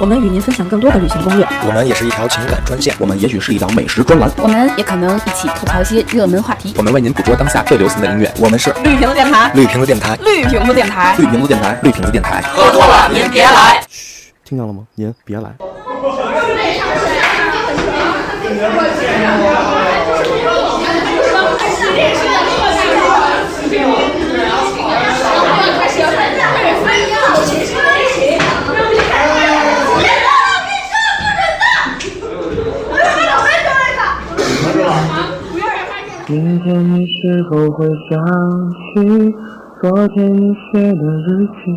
我们与您分享更多的旅行攻略。我们也是一条情感专线，我们也许是一档美食专栏，我们也可能一起吐槽一些热门话题。我们为您捕捉当下最流行的音乐。我们是绿瓶子电台，绿瓶子电台。绿瓶子电台，绿瓶子电台，绿瓶子电台。喝多了您别来。听到了吗？您别来。今天你是否会想起昨天你写的日记？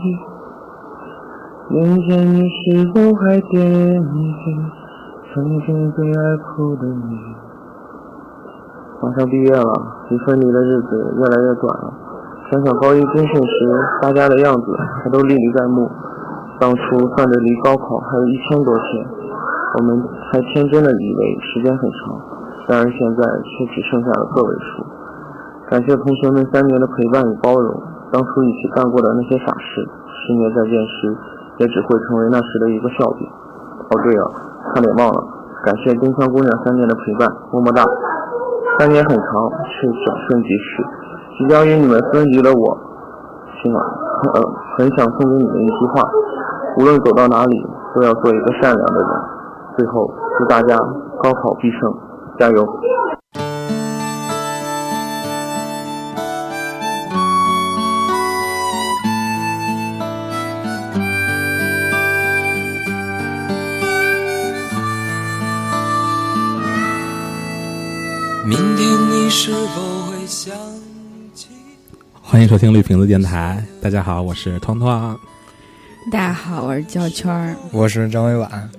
明天你是否还惦记曾经最爱哭的你？马上毕业了，离分离的日子越来越短了。想想高一军训时大家的样子，还都历历在目。当初算着离高考还有一千多天，我们还天真的以为时间很长，然而现在却只剩下了个位数。感谢同学们三年的陪伴与包容，当初一起干过的那些傻事，十年再见时也只会成为那时的一个笑柄。哦对了，差点忘了，感谢丁香姑娘三年的陪伴，么么哒。三年很长，却转瞬即逝。即将与你们分离的我，今晚呃很想送给你们一句话：无论走到哪里，都要做一个善良的人。最后，祝大家高考必胜，加油！明天你是否会想起？欢迎收听绿瓶子电台，大家好，我是汤汤。大家好，我是焦圈儿。我是张伟 婉。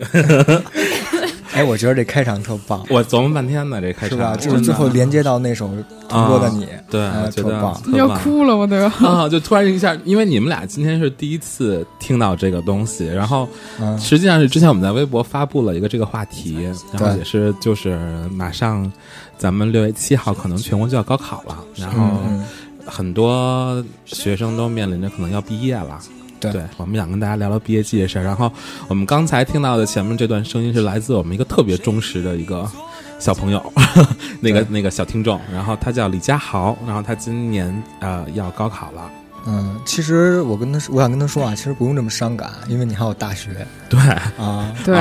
哎，我觉得这开场特棒，我琢磨半天呢，这开是场吧？就真是的最后连接到那首《同桌的你》啊对，哎我觉特得棒。特要棒哭了，我都要。啊！就突然一下，因为你们俩今天是第一次听到这个东西，然后嗯实际上是之前我们在微博发布了一个这个话题，然后对也是就是马上咱们六月七号可能全国就要高考了，然后嗯很多学生都面临着可能要毕业了。对我们想跟大家聊聊毕业季的事儿。然后我们刚才听到的前面这段声音是来自我们一个特别忠实的一个小朋友， 那个那个小听众。然后他叫李佳豪，然后他今年呃要高考了。嗯，其实我跟他说，我想跟他说啊，其实不用这么伤感，因为你还有大学对，啊。对，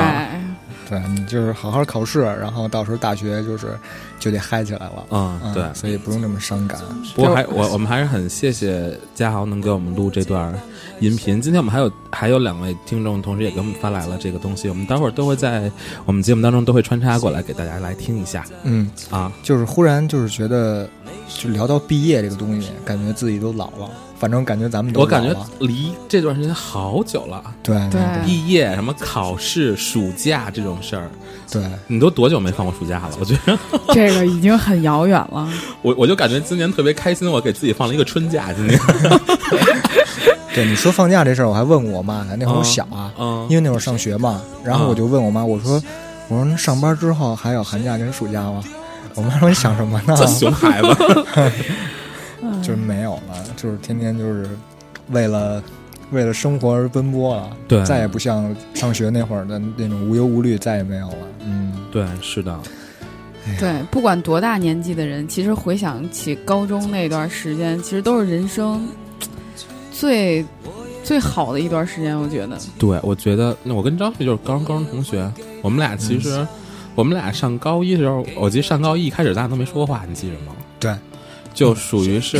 对你就是好好考试，然后到时候大学就是就得嗨起来了。嗯对所以不用这么伤感。不过还我我们还是很谢谢嘉豪能给我们录这段音频。今天我们还有还有两位听众，同时也给我们发来了这个东西，我们待会儿都会在我们节目当中都会穿插过来给大家来听一下嗯，啊。就是忽然就是觉得，就聊到毕业这个东西，感觉自己都老了。反正感觉咱们都我感老觉了离这段时间好久了，对 对，毕业什么考试、暑假这种事儿，对，你都多久没放过暑假了？我觉得这个已经很遥远了。我我就感觉今年特别开心，我给自己放了一个春假。今年，对，你说放假这事儿，我还问过我妈呢。那会儿我小啊， 嗯，因为那会儿上学嘛，然后嗯我就问我妈，我说，我说那上班之后还有寒假跟暑假吗？我妈说你想什么呢？这熊孩子，就是没有了，就是天天就是为了为了生活而奔波了，对再也不像上学那会儿的那种无忧无虑，再也没有了。嗯， 对，是的，哎对，不管多大年纪的人，其实回想起高中那段时间，其实都是人生最最好的一段时间，我觉得。对，我觉得那我跟张旭就是高中高中同学，我们俩其实、我们俩上高一的时候，我记得上高一开始咱俩都没说过话，你记着吗？对，就属于是，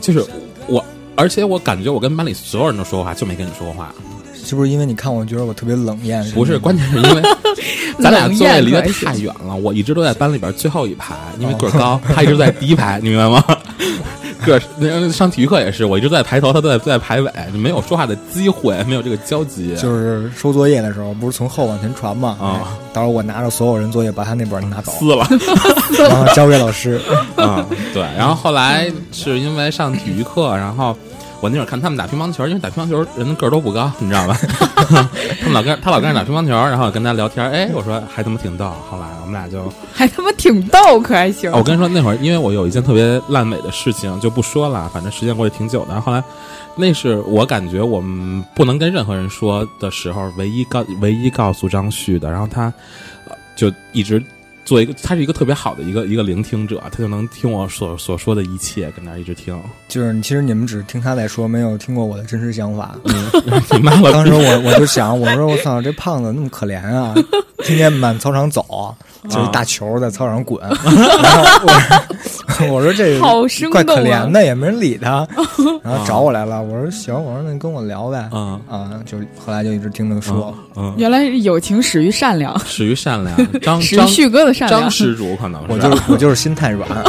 就是我，而且我感觉我跟班里所有人都说过话，就没跟你说过话。是不是因为你看我觉得我特别冷艳？不是，吗关键是 因为咱俩座位离得冷艳可太远了，我一直都在班里边最后一排，因为哦个儿 高，他一直在第一排，你明白吗？个儿那上体育课也是，我一直在排头，他都在在排尾，没有说话的机会，没有这个交集。就是收作业的时候，不是从后往前传嘛？啊哎到时候我拿着所有人作业，把他那本拿走，撕了然后交给老师。 啊、对，然后后来是因为上体育课，然后我那会儿看他们打乒乓球，因为打乒乓球人个儿都不高，你知道吧？ 他们老跟他老跟人打乒乓球，然后我跟他聊天，哎，我说还他妈挺逗。后来我们俩就， 还他妈挺逗，可还 行啊。我跟你说那会儿，因为我有一件特别烂尾的事情就不说了，反正时间过去挺久的。然后后来，那是我感觉我们不能跟任何人说的时候，唯一告唯一告诉张旭的。然后他呃就一直做一个，他是一个特别好的一个一个聆听者，他就能听我所所说的一切，跟那儿一直听。 就是其实你们只听他在说，没有听过我的真实想法。嗯你妈了，当时我我就想，我说我操，这胖子那么可怜啊，天天满操场走，就是一大球在操场滚。啊然后 我我说这好生怪动可怜啊！的，也没人理他。 然后找我来了，我说行，我说那你跟我聊呗。嗯啊，就后来就一直听他说，嗯，原来友情始于善良，始于善良，张始于张旭哥的善良张。施主可能是我就是我就是心太软。啊，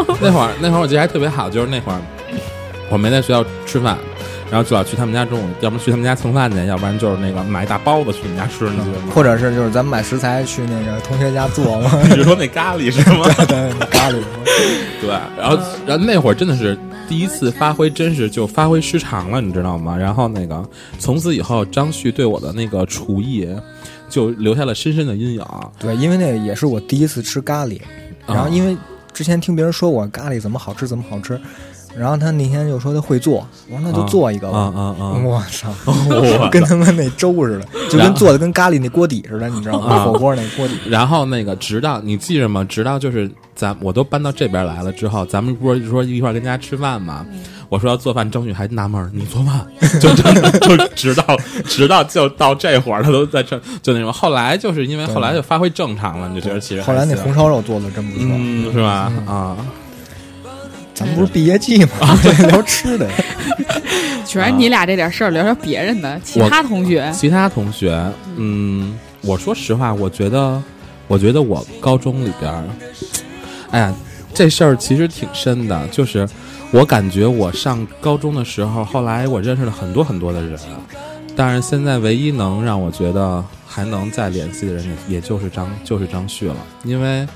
那会儿那会儿我记得还特别好，就是那会儿我没在学校吃饭，然后就要去他们家中午，要么去他们家蹭饭去，要不然就是那个买一大包子去你们家吃，你记得吗？或者是就是咱们买食材去那个同学家做嘛， 你是说那咖喱是吗？对咖喱。对， 然后然后那会儿真的是第一次发挥，真是就发挥失常了，你知道吗？然后那个从此以后，张旭对我的那个厨艺就留下了深深的阴影。对，因为那个也是我第一次吃咖喱，然啊后因为之前听别人说我咖喱怎么好吃怎么好吃，然后他那天又说他会做，我说那就做一个啊啊吧。啊！ 我操， 我跟他妈那粥似的，就跟做的跟咖喱那锅底似的，你知道啊吗？ 火锅那锅底。然后那个，直到你记着吗？直到就是咱我都搬到这边来了之后，咱们不是说一块儿跟家吃饭吗？我说要做饭，张宇还纳闷儿，你做饭？ 就真的就直到直到就到这会儿，他都在这就那种。后来就是因为后来就发挥正常了，你就觉得其实还后来那行红烧肉做的真不错，嗯是吧？啊，咱们不是毕业季吗？ 聊 吃的，全是你俩这点事儿，聊聊别人的，其我他同学其他同学，嗯，我说实话，我觉得，我觉得我高中里边儿，哎呀，这事儿其实挺深的，就是我感觉我上高中的时候，后来我认识了很多很多的人，但是现在唯一能让我觉得还能再联系的人也，也就是张，就是张旭了，因为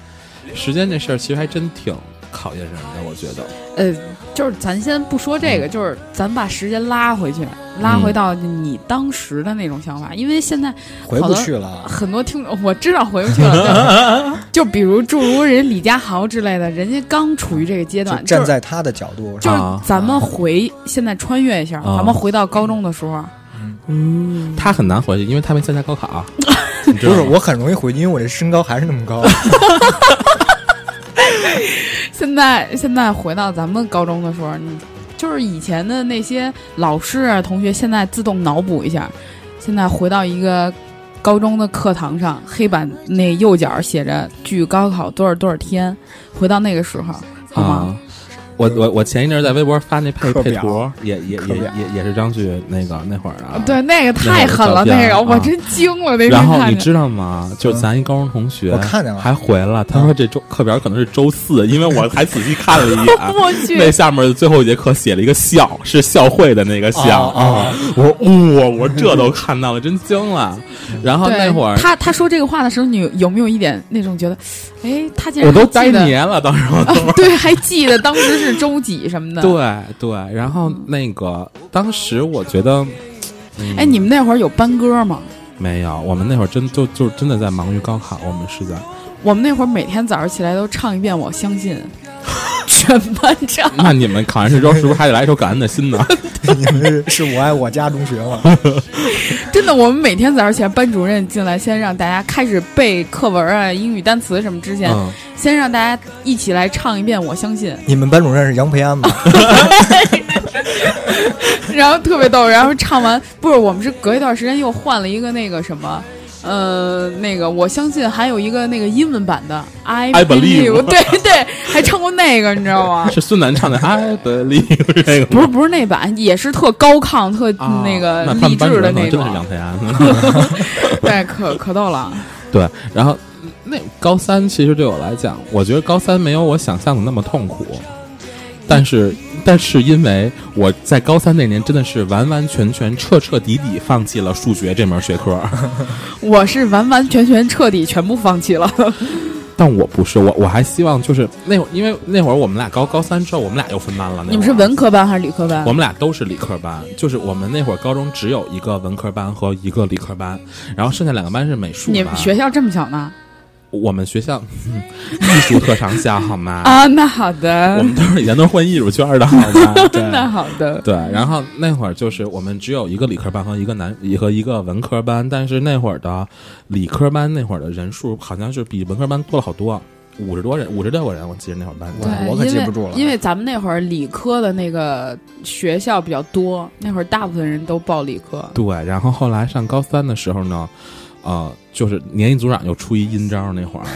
时间这事儿其实还真挺考验人的，我觉得。呃，就是咱先不说这个，就是咱把时间拉回去，拉回到你当时的那种想法，因为现在回不去了。啊很多听众我知道回不去了，对就比如诸如人李佳豪之类的，人家刚处于这个 阶就段，站就是在他的角度就上，是啊咱们回现在穿越一下，啊咱们回到高中的时候，嗯，他很难回去，因为他没参加高考，啊你知不道是吗我很容易回去，因为我这身高还是那么高。 现在现在回到咱们高中的时候，你就是以前的那些老师啊同学，现在自动脑补一下，现在回到一个高中的课堂上，黑板那右角写着“距高考多少多少天”，回到那个时候，好吗？啊。我我我前一阵儿在微博发那配课配表图，也也课也表也也是张旭那个那会儿啊。对，。那个太那个狠了，照片那个我啊真惊了，那天然后看你着。知道吗？就咱一高中同学，我看见了还回了。他说这周课表可能是周四，因为我还仔细看了一眼 我去那下面最后一节课写了一个校，是校会的那个校。哦我说哇，我说这都看到了，真惊了。然后对那会儿他他说这个话的时候，你有有没有一点那种觉得，哎，他竟然我都还记呆得年了，当时我都啊， 对，还记得当时是周几什么的。，对对。然后那个当时我觉得，嗯哎，你们那会儿有班歌吗？没有，我们那会儿真就就真的在忙于高考，我们是在我们那会儿每天早上起来都唱一遍《我相信》， 全班唱。那你们考完试之后是不是还得来一首《感恩的 心》呢？你们是是我爱我家中学吗？ 真的，我们每天早上起来，班主任进来先让大家开始背课文啊、英语单词什么之前，嗯，先让大家一起来唱一遍《我相信 你们班主任是杨培安吗？》，然后特别逗。然后唱完，不是我们是隔一段时间又换了一个那个什么。呃，那个我相信还有一个那个英文版的 I I believe 对对，还唱过那个，你知道吗？是孙楠唱的《I Believe》这 个吗。不是不是那版，也是特高亢、特、啊那个那他励们班主志的那任可能真种的是，杨培安。对，可可逗了。对，然后那高三其实对我来讲，我觉得高三没有我想象的那么痛苦，但是但是因为我在高三那年真的是完完全全、彻彻底底放弃了数学这门学科。 我是完完全全彻底全部放弃了，但我不是，我我还希望就是那会儿，因为那会儿我们俩高高三之后，我们俩又分班了。那你们会是儿啊文科班还是理科班我？们俩都是理科班，就是我们那会儿高中只有一个文科班和一个理科班，然后剩下两个班是美术你班。们学校这么小呢？我们学校、嗯艺术特长校好吗？ 啊，那好我的，们都是以前都是混艺术圈的 好吗？对那好的，对，然后那会儿就是我们只有一个理科班和一个男和一个文科班，但是那会儿的理科班那会儿的人数好像是比文科班多了好多，五十多人，五十六个人，我记得那会儿班。我对，我可因记为不住了因为咱们那会儿理科的那个学校比较多，那会儿大部分人都报理科。啊对，然后后来上高三的时候呢，呃，就是年级组长又出一阴招，那会儿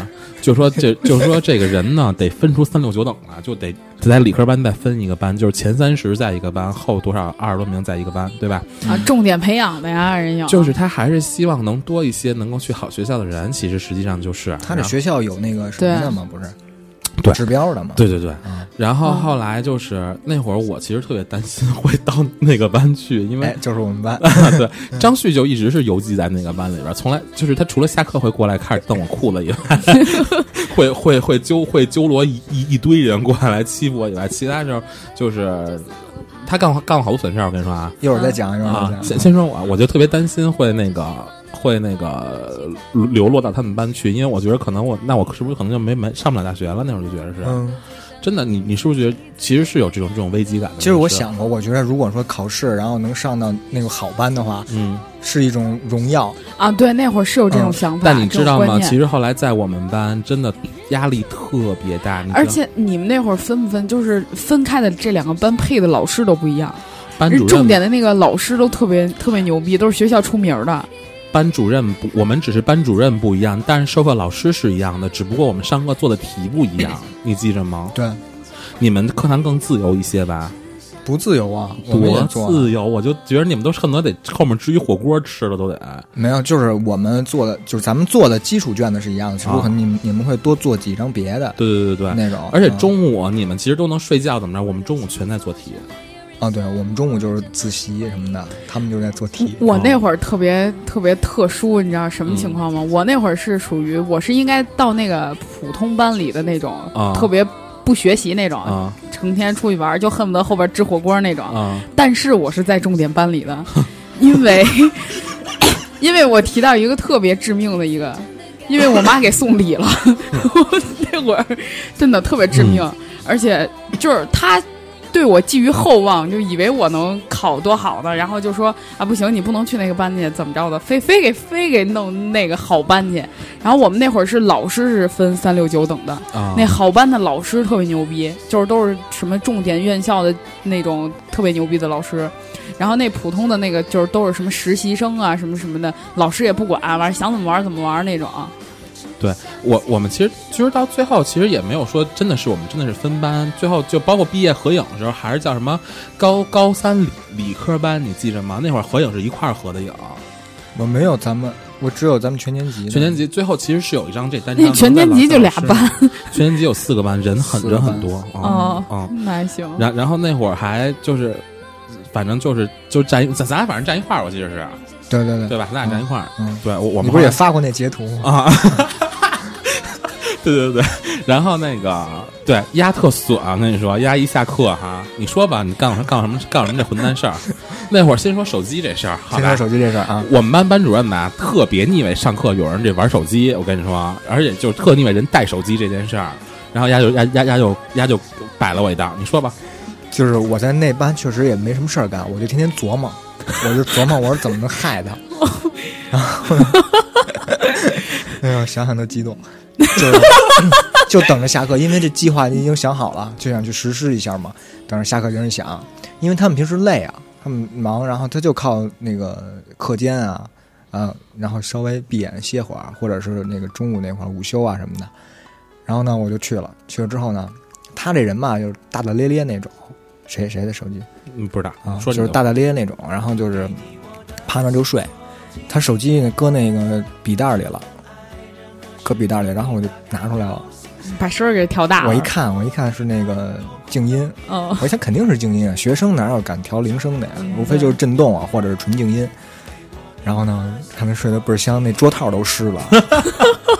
就说这 就说这个人呢得分出三六九等了，就得在理科班再分一个班，就是前三十在一个班，后多少二十多名在一个班，对吧？啊，重点培养的呀，人有就是他还是希望能多一些能够去好学校的人，其实实际上就是他这然后学校有那个什么的吗？不是，啊对指标的吗？对对对啊，然后哦后来就是那会儿，我其实特别担心会到那个班去，因为哎，就是我们班， 对，张旭就一直是游击在那个班里边儿，从来就是他除了下课会过来开始瞪我裤子以外， 会会会揪会揪罗一一一堆人过来来欺负我以外，其他时候就是他干干了好多损事儿。我跟你说啊一会儿再讲，一会儿啊再，先讲。先说我，我就特别担心会那个。会那个流落到他们班去，因为我觉得可能我那我是不是可能就没没上不了大学了？那会儿就觉得是、嗯，真的。你你是不是觉得其实是有这种这种危机感的？其实我是，想过，我觉得如果说考试，然后能上到那个好班的话，嗯，是一种荣耀。啊，对，那会儿是有这种嗯想法，但你知这道种观吗？念其实后来在我们班真的压力特别大，你知道而且你们那会儿分不分，就是分开的这两个班配的老师都不一样，班而主重任点的那个老师都特别特别牛逼，都是学校出名儿的。班主任不，我们只是班主任不一样，但是授课老师是一样的，只不过我们上课做的题不一 样，你记着吗？对，你们课堂更自由一些吧？不自由啊，我们多也做啊。自由！我就觉得你们都恨不得得后面支一火锅吃了都得。没有，就是我们做的，就是咱们做的基础卷子是一样的，只不过啊可能你们你们会多做几张别的对对对对对。那种。而且嗯中午你们其实都能睡觉，怎么着？我们中午全在做题，啊，对我们中午就是自习什么的，他们就在做题。我哦那会儿特别特别特殊，你知道什么情况吗？嗯我那会儿是属于我是应该到那个普通班里的那种，啊特别不学习那种，啊成天出去玩儿就恨不得后边支火锅那种。啊但是我是在重点班里的，因为 因为我提到一个特别致命的一个，因为我妈给送礼了，我那会儿真的特别致命，而且就是她。对我寄予厚望，就以为我能考多好的，然后就说啊不行，你不能去那个班去，怎么着的，非非给非给弄那个好班去。然后我们那会儿是老师是分三六九等的，啊！那好班的老师特别牛逼，就是都是什么重点院校的那种特别牛逼的老师。然后那普通的那个就是都是什么实习生啊，什么什么的，老师也不管，完想怎么玩怎么玩那种。我我们其实其实到最后其实也没有说真的是我们真的是分班，最后就包括毕业合影的时候还是叫什么高高三理理科班，你记着吗？那会儿合影是一块儿合的影，嗯我没有咱们，我只有咱们全年级的。全年级最后其实是有一张这单张那能全年级就在俩老师班，全年级有四个班，人很四个人班很多啊哦啊。那还行。然然后那会儿还就是，反正就是就站一咱咱俩反正站一块儿，我记得是对对对，对吧？咱俩站一块儿，嗯，对我我们你不是后也来发过那截图吗？啊， 对对对，然后那个对丫特损啊，跟你说，丫一下课哈，你说吧，你干什么干什么干什么这混蛋事 儿？那会儿先说手机这事儿，好先吧说？手机这事儿啊，我们班班主任吧，特别腻歪上课有人这玩手机，我跟你说，而且就特腻歪人带手机这件事儿。然后丫就丫丫丫就丫就摆了我一道，你说吧，就是我在那班确实也没什么事儿干，我就天天琢磨，我就琢磨我说怎么能害他，然后呢， 哎呦，想想都激动，就是就等着下课，因为这计划已经想好了，就想去实施一下嘛。等着下课铃一响，因为他们平时累啊，他们忙，然后他就靠那个课间啊，啊，然后稍微闭眼歇会儿，或者是那个中午那会儿午休啊什么的。然后呢，我就去了，去了之后呢，他这人嘛，就是大大咧咧那种，谁谁的手机嗯，不知道啊，说就你的是大大咧咧那种，然后就是趴那就睡，他手机呢搁那个笔袋里了，搁笔袋里，然后我就拿出来了，把声儿给调大了。我一，看，我一看是那个 静音，嗯，我想肯定是静音啊，学生哪有敢调铃声的呀嗯？无非就是震动啊，或者是纯静音。然后呢，看他睡得倍儿香，那桌套都湿了，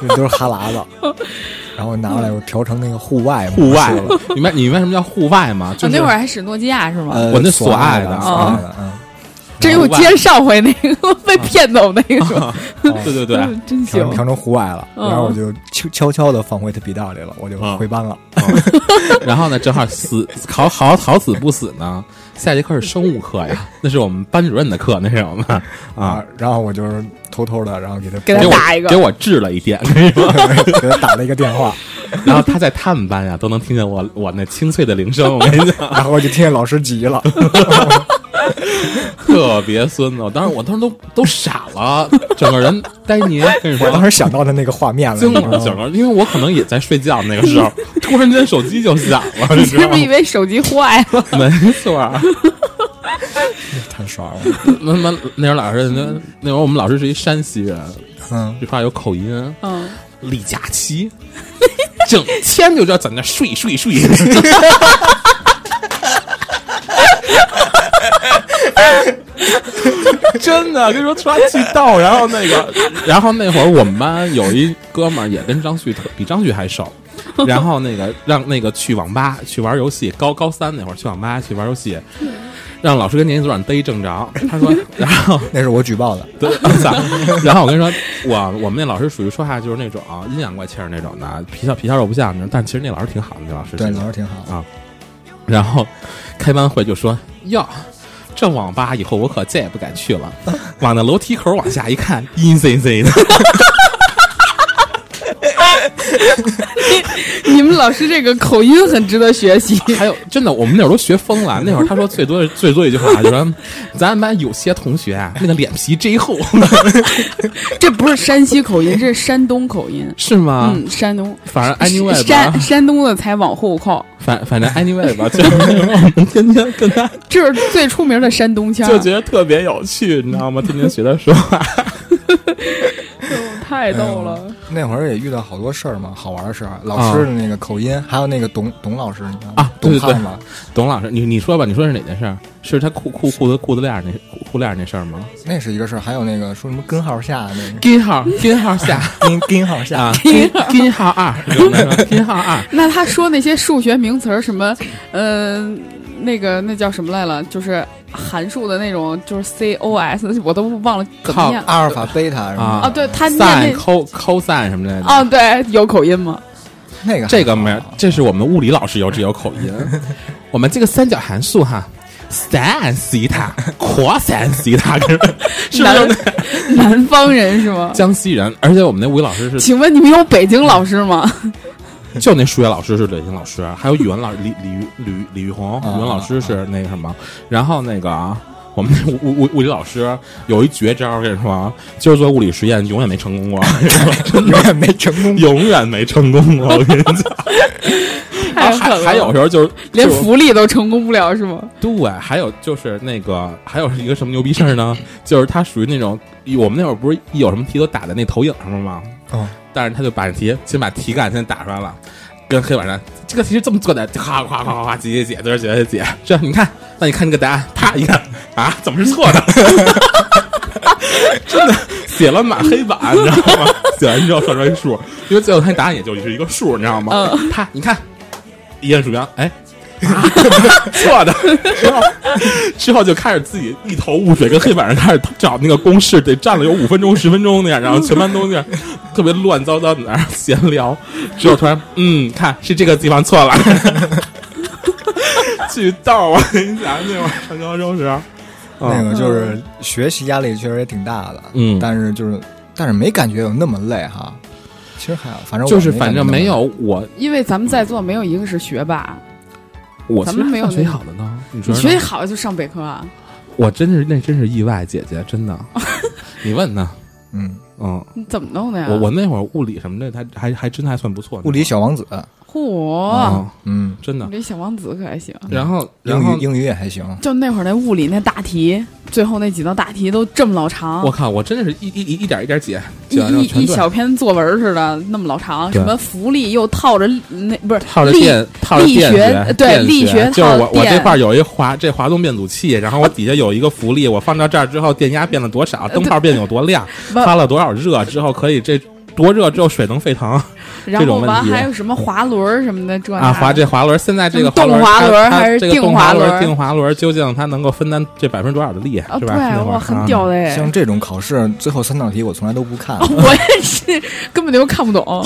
那都是哈喇子。然后拿过来我调成那个户外模户外式了，， 你明白你明白什么叫户外吗？就我是啊那会儿还使诺基亚是吗？呃我那所所爱爱的啊所爱的，嗯，这又接上回那个 被骗走那个，对哦对对，真调行成。调成户外了，嗯然后我就悄悄悄的放回他笔袋里了，我就嗯回班了。然后呢，正好死好好好死不死呢，下节课是生物课呀，那是我们班主任的课，那 是我们啊，，然后我就是偷偷的，然后给他给他给我打一个给我治了 一遍， 给他打了一个电话，然后他在他们班呀都能听见我我那清脆的铃声，我跟你讲，然后我就听见老师急了，特别孙子，我当时我当时都都傻了，整个人呆 泥，跟你我说当时想到的那个画面了，惊你知道了，吗整个，因为我可能也在睡觉那个 时候，突然间手机就响了，你你知是不道吗是以？为手机坏 了？没错儿， 太爽了，那么那会儿老师，那那会儿我们老师是一山西人，嗯，这话有口音，嗯，李佳琦，整天就知道在那睡睡睡， 真的跟你说突然气到，然后那个，然后那会儿我们班有一哥们儿也跟张旭特比张旭还瘦，然后那个让那个去网吧去玩游戏，高高三那会儿去网吧去玩游戏，让老师跟年级组长逮正着，他说，然后。那是我举报的，对， 然后我跟你说，我我们那老师属于说话就是那种啊阴阳怪气儿那种的，皮笑皮笑肉不笑那种。但其实那老师挺好的，那老师对，其实老师挺好，啊。然后开完会就说哟。这网吧以后我可再也不敢去了。往那楼梯口往下一看，阴森森的。 你们老师这个口音很值得学习。还有，真的，我们那会儿都学疯了。那会儿他说最多最多一句话，就说咱们班有些同学啊，那个脸皮真厚， 这不是山西口音，这是山东口音。是吗？嗯，山东。啊反正 anyway 吧山，山东的才往后靠，反反正 anyway 吧，就是 我们天天跟他这是啊最出名的山东腔儿，就觉得特别有趣，你知道吗？天天学他说话，太逗哎了。那会儿也遇到好多事儿嘛，好玩的事儿，老师的那个口音，还有那个董董老师，你知道吗啊？对对董对胖子，董老师，你你说吧，你说是哪件事儿？是他裤裤裤子裤子链儿那裤裤链儿那事儿吗？那是一个事儿，还有那个说什么根号下那个根 号根号下根根号下，啊，根根号二，根号二，那他说那些数学名词儿，什么，呃，那个那叫什么来了？就是函数的那种，就是 C O S，我都忘了怎么靠念。阿尔法贝塔什么啊啊，对他念散那，扣扣散什么之类的。哦，对，有口音吗？的，那个这还个好没，这是我们物理老师有这有口音。我们这个三角函数哈。三西塔，扩散西塔， 是不是南有那南方人是 吗？江西人？而且我们那物理老师是请问你们有北京老师吗？ 就那数学老师是北京老师，还有语文老师李李李李玉红，啊语文老师是那个什么，然后那个啊，我们那物物物理老师有一绝招，我跟你说啊，就是做物理实验永远没成功过， 永远没成功过。永远没成功过，我跟你讲。 太然后狠啊还了，还有时候就是 连就福利都成功不了是吗？对，还有就是那个还有一个什么牛逼事儿呢？就是他属于那种我们那会儿不是一有什么题都打在那投影上面吗？嗯，但是他就把题先把题干先打出来了，跟黑板上这个题是这么做的，夸夸夸夸夸，解解解， 就是解解解。这样你看，那你看这个答案，啪一看啊，怎么是错 的？真的写了满黑板，你知道吗？写完之后算出来一数，因为最后他答案也就是一个数，你知道吗？啪，你看，一按鼠标，哎。 啊错的，之后之后就开始自己一头雾水，跟黑板上开始找那个公式，得站了有五分钟、十分钟那样，然后全班都那样特别乱糟糟的那儿闲聊，之后突然，嗯，看是这个地方错了，巨逗啊！你想那会儿上高中时候，那个就是学习压力确实也挺大的，嗯但是就是但是没感觉有那么累哈。其实还好，反正我就是反正没感觉有我，因为咱们在座没有一个是学霸，我咱们没有其实还算学习那好的呢，你说你呢学习好就上北科啊。我真是那真是意外，姐姐真的， 你问呢？那么累，嗯，嗯，你怎么弄的呀？我我那会儿物理什么的，还还还真还算不错，物理小王子，嚯，啊，嗯，真的你。这小王子可还行。然后然后英语英语也还行，就那会儿那物理那大题，最后那几道大题都这么老长，我靠，我真的是一一一一点一点解，一解完之后一全一对。小篇作文似的那么老长，对什么浮力又套着那不是套着力电，套着电力学学对电力学就是套我我这电块儿有一滑这滑动变阻器，然后我底下有一个浮力，我放到这儿之后，电压变了多少，灯泡变有多亮，不发了多少热之后可以这多热之后水能沸腾，然这后种问完题还有什么滑轮儿什么的这那啊，滑这滑轮，现在这个动轮滑它轮它还是这个定动滑滑轮？轮定滑轮究竟它能够分担这百分之多少的厉害，啊，是对，吧？那会儿哇，啊很屌的哎！像这种考试最后三道题我从来都不看，我也是根本就看 不懂，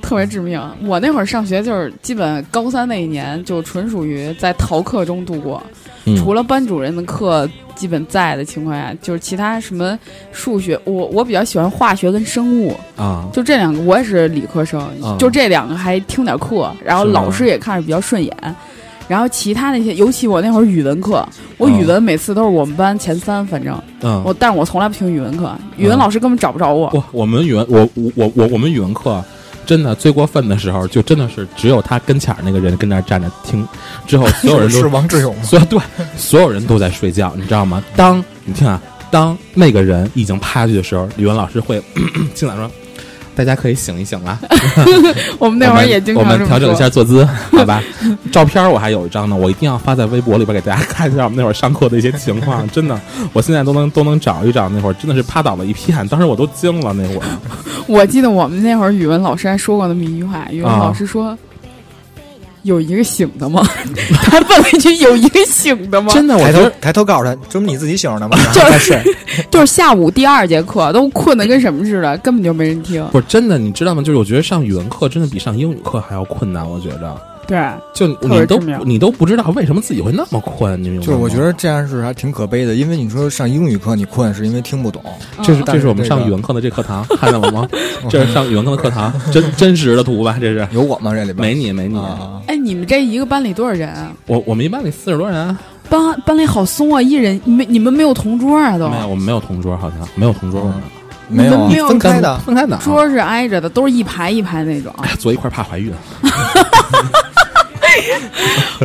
特别致命。我那会儿上学就是基本高三那一年就纯属于在逃课中度过，嗯除了班主任的课基本在的情况下，就是其他什么数学，我我比较喜欢化学跟生物，啊，就这两个我也是理科生，嗯就这两个还听点课，然后是吗老师也看着比较顺眼。然后其他那些，尤其我那会儿语文课，我语文每次都是我们班前三，反正嗯，我，但是我从来不听语文课，语文嗯老师根本找不着我。我我们语文，我我我我我们语文课。真的最过分的时候，就真的是只有他跟前儿那个人跟那儿站着听，之后 所有 人都是王志勇吗？所以对，所有人都在睡觉，你知道吗？当你听啊，当那个人已经趴下去的时候，语文老师会 进来说：“大家可以醒一醒了。我 们那我会儿们也经我常们这么调整一做下坐姿， 好吧？照片我还有一张呢，我一定要发在微博里边给大家看一下我们那会儿上课的一些情况。真的，我现在都能都能找一找，那会儿真的是趴倒了一片，当时我都惊了，那会儿我记得我们那会儿语文老师还说过那么一句话，语文老师说。有一个醒的吗？ 他问了一句：“有一个醒的吗真的，我抬觉头得抬头告诉他，这不你自己醒着呢 吗？然后再睡，？”就是下午第二节课，都困得跟什么似的，根本就没人听。不是真的，你知道吗？就是我觉得上语文课真的比上英语课还要困难，我觉着。对，就别你都致命你都不知道为什么自己会那么困，你明白 就吗？是我觉得这样是还挺可悲的，因为你说上英语课你困是因为听不懂，这是嗯这是我们但是这个上语文课的这课 堂，看到了吗？这是上语文课的课 堂，真真实的图吧？这是有我吗？这里边没你没你，啊，哎，你们这一个班里多少人啊？我我们一班里四十多人啊，班班里好松啊，一人没你们没有同桌啊都，没有我们没有同桌，好像没有同桌，我们没有啊没有分开的，分开的啊。桌是挨着的，都是一排一排那种。 哎呀，坐一块儿怕怀孕，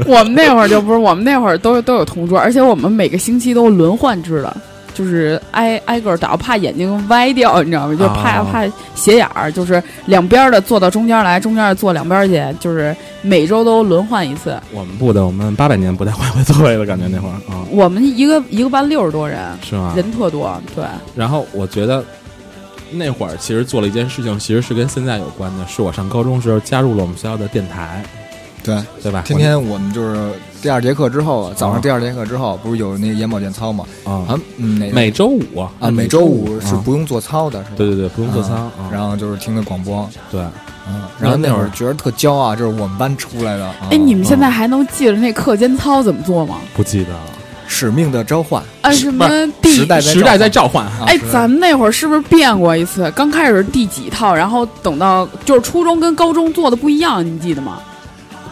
我们那会儿就不是，我们那会儿都都有同桌，而且我们每个星期都轮换制的，就是挨挨个儿打，怕眼睛歪掉，你知道吗？就怕、啊怕斜眼儿，就是两边儿的坐到中间儿来，中间儿坐两边儿去，就是每周都轮换一次。我们不的，我们八百年不太换回座位了，感觉那会儿啊，我们一个一个班六十多人，是吗？人特多，对，然后我觉得那会儿其实做了一件事情，其实是跟现在有关的，是我上高中时候加入了我们学校的电台，对。对吧？天天我们就是第二节课之后，早上第二节课之后，不是有那个眼保健操吗？啊，啊，嗯，哪每周五啊每周五是啊不用做操的，是吧？对对对，不用做操啊啊，然后就是听的广播，对。嗯，然后那会那会儿儿觉得特骄傲，就是我们班出来的。啊哎，你们现在还能记着那课间操怎么做吗？不记得了。使命的召唤，啊，什么第时代在时代在召唤，啊哎，是咱们那会儿是不是变过一次？刚开始第几套，然后等到就是初中跟高中做的不一样，你记得吗？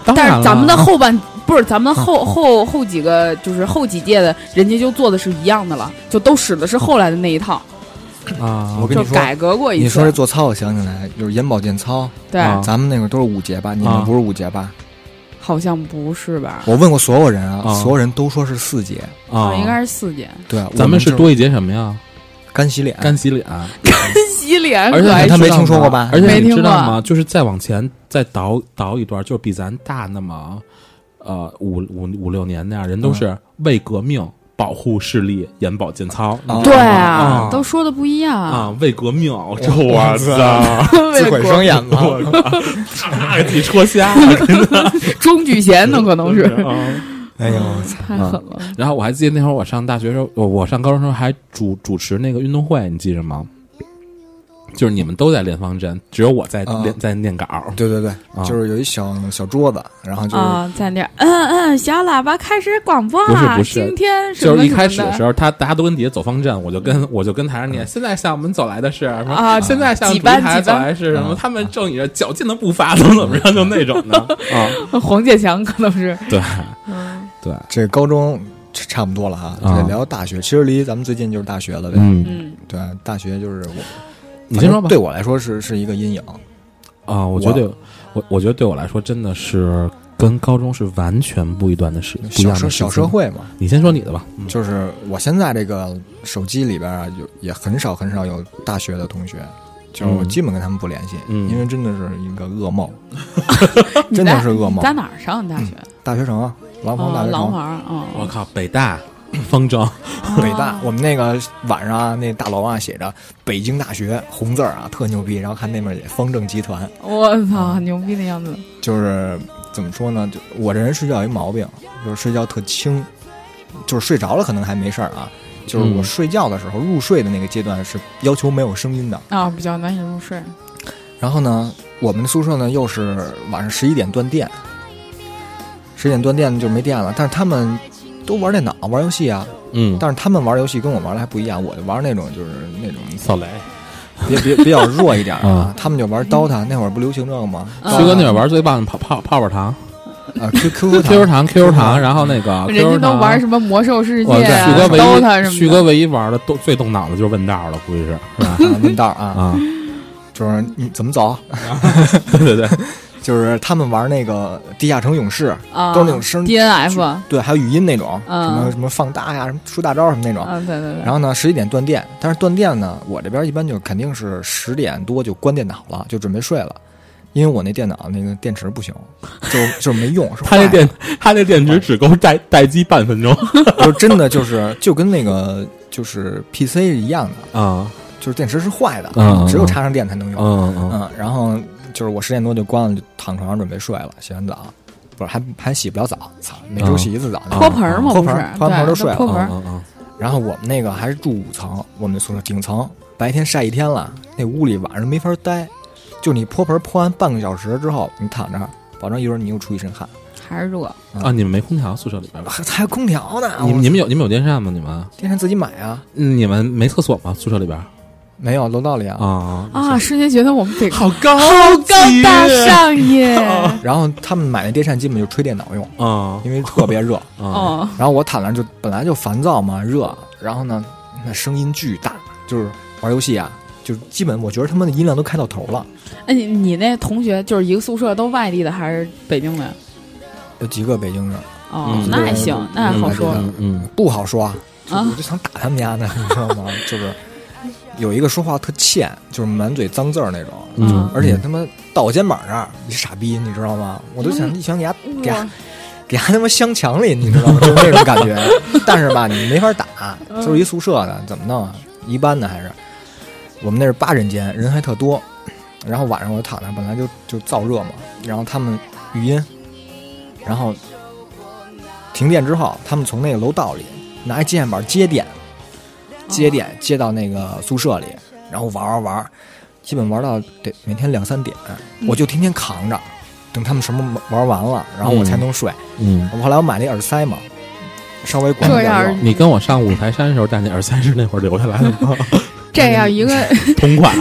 当然但是了啊嗯咱们的后半不是咱们后后后几个就是后几届的，人家就做的是一样的了，就都使的是后来的那一套，啊，我跟就你说，改革过一你说这次。做操，我想起来就是眼保健操，对，啊咱们那个都是五节吧？你啊们不是五节吧？好像不是吧？我问过所有人啊啊，所有人都说是四节。啊，应该是四 届。对，咱们是我就多一节什么呀？干洗脸，干洗脸，洗脸而且还你他知没道听说吗过吧而且没你听知道过吗？就是再往前再倒倒一段，就是比咱大那么呃五五五六年那样，嗯人都是为革命保护视力，眼保健操啊对啊啊，都说的不一样。 啊，为革命，啊这我操，自毁双眼吗？ 我靠，啪给自己戳瞎了， 真的中举贤 呢，可能是啊哎呦，太狠了。然后我还记得那会儿我上大学时候，我我上高中时候还主主持那个运动会，你记着吗？就是你们都在练方针，只有我在啊练、在念稿。对对对啊，就是有一小小桌子，然后就是啊，在那儿，嗯嗯，小喇叭开始广播不是啦，不是今天什就么是一什么开始的的时候，他大家都跟底下走方阵，我就跟我就跟台上念。现在向我们走来的是什么啊现在向几主班台几走班来是什么？啊他们正以着矫健的步伐，怎么怎么样，就那种的啊。黄健翔可能是嗯对，这高中差不多了哈，啊得聊大学。其实离咱们最近就是大学了呗。嗯，嗯，对，大学就是我，你先说吧反正对我来说是是一个阴影。啊。我觉得我我觉得对我来说真的是跟高中是完全不一段的事，不一小样的社事情小社。会嘛，你先说你的吧。嗯就是我现在这个手机里边啊，有也很少很少有大学的同学，就是我嗯基本跟他们不联系，嗯因为真的是一个噩梦，你真的在是噩梦在。哪儿上的大学？大学城啊，廊坊大啊，学廊城，坊啊，我靠，北大 方丈， 北哦啊大，我们那个晚上啊，那大楼啊写着北京大学红字儿啊，特牛逼。然后看那边写方正集团，我操，牛逼的样子。就是怎么说呢？就我这人睡觉有一毛病，就是睡觉特轻，就是睡着了可能还没事儿啊。就是我嗯睡觉的时候，入睡的那个阶段是要求没有声音的。啊，比较难以入睡。啊然后呢，我们宿舍呢又是晚上十一点断电，十一点断电就没电了。但是他们都玩电脑、玩游戏啊，嗯，但是他们玩游戏跟我玩的还不一样，我玩那种就是那种扫雷。啊比比比较弱一点啊儿啊，他们就玩 DOTA，那会儿不流行这个吗？旭哥那边玩最棒的泡泡泡泡糖啊 QQ ，QQ 糖 QQ 糖，糖然后那个 QQ 人家都糖玩什么魔兽世界哇哦对啊、旭哥 d o 唯 t 一，什旭么哥的。唯一玩的动最动脑的就是问道了，估计是是吧？啊，问道啊，啊，就是你怎么走， 对对对，就是他们玩那个地下城勇士，啊，都是那种声 DNF 啊，对，还有语音那种，嗯什么什么放大呀，什么出大招什么那种。对对对。然后呢，十一点断电，但是断电呢，我这边一般就肯定是十点多就关电脑了，就准备睡了，因为我那电脑那个电池不行，就就没用，是 他那坏的电他那电池只够待待机半分钟就真的就是就跟那个就是 PC 是一样 的，啊，就是电池是坏的，嗯只有插上电才能用。嗯嗯，嗯，然后就是我十点多就关了，就躺床上准备睡了，洗完澡，不是还还洗不了澡，操，每周洗一次澡呢。泼盆儿嘛，泼不盆是儿，泼盆儿对都睡了泼盆儿，嗯嗯然后我们那个还是住五层，我们那宿舍顶层，白天晒一天了，那屋里晚上没法待，就你泼盆泼完半个小时之后，你躺着，保证一会儿你又出一身汗，还是热。嗯啊，你们没空调宿舍里边吧？还还有空调呢，你我们你们有你们有电扇吗？你们电扇自己买啊？嗯你们没厕所吗？宿舍里边没有，楼道里啊。啊啊，瞬间觉得我们得好高啊好好高大上 耶！然后他们买那电扇基本就吹电脑用，啊因为特别热。啊哦，然后我躺那儿就本来就烦躁嘛，热，然后呢，那声音巨大，就是玩游戏啊，就是基本我觉得他们的音量都开到头了。哎，你你那同学就是一个宿舍都外地的还是北京的？有几个北京人哦，嗯那还对行，那还好说。嗯嗯不好说，就啊我就想打他们家呢，你知道吗？就是有一个说话特欠，就是满嘴脏字儿那种，啊嗯，而且他妈到我肩膀这儿，你傻逼，你知道吗？我都想一拳给他给他给他他妈镶墙里，你知道吗？就是那种感觉。 但是吧，你没法打，就是一宿舍的，怎么弄啊？一班的还是我们那是八人间，人还特多。然后晚上我就躺那儿，本来就就燥热嘛，然后他们语音，然后停电之后，他们从那个楼道里拿一接线板接电，接哦电接到那个宿舍里，然后玩玩玩，基本玩到得每天两三点，嗯我就天天扛着，等他们什么玩完了，然后我才能睡。嗯。我后来我买了一耳塞嘛，稍微管这要点是用。你跟我上五台山的时候戴那耳塞是那会儿留下来 的吗？这样一个同款，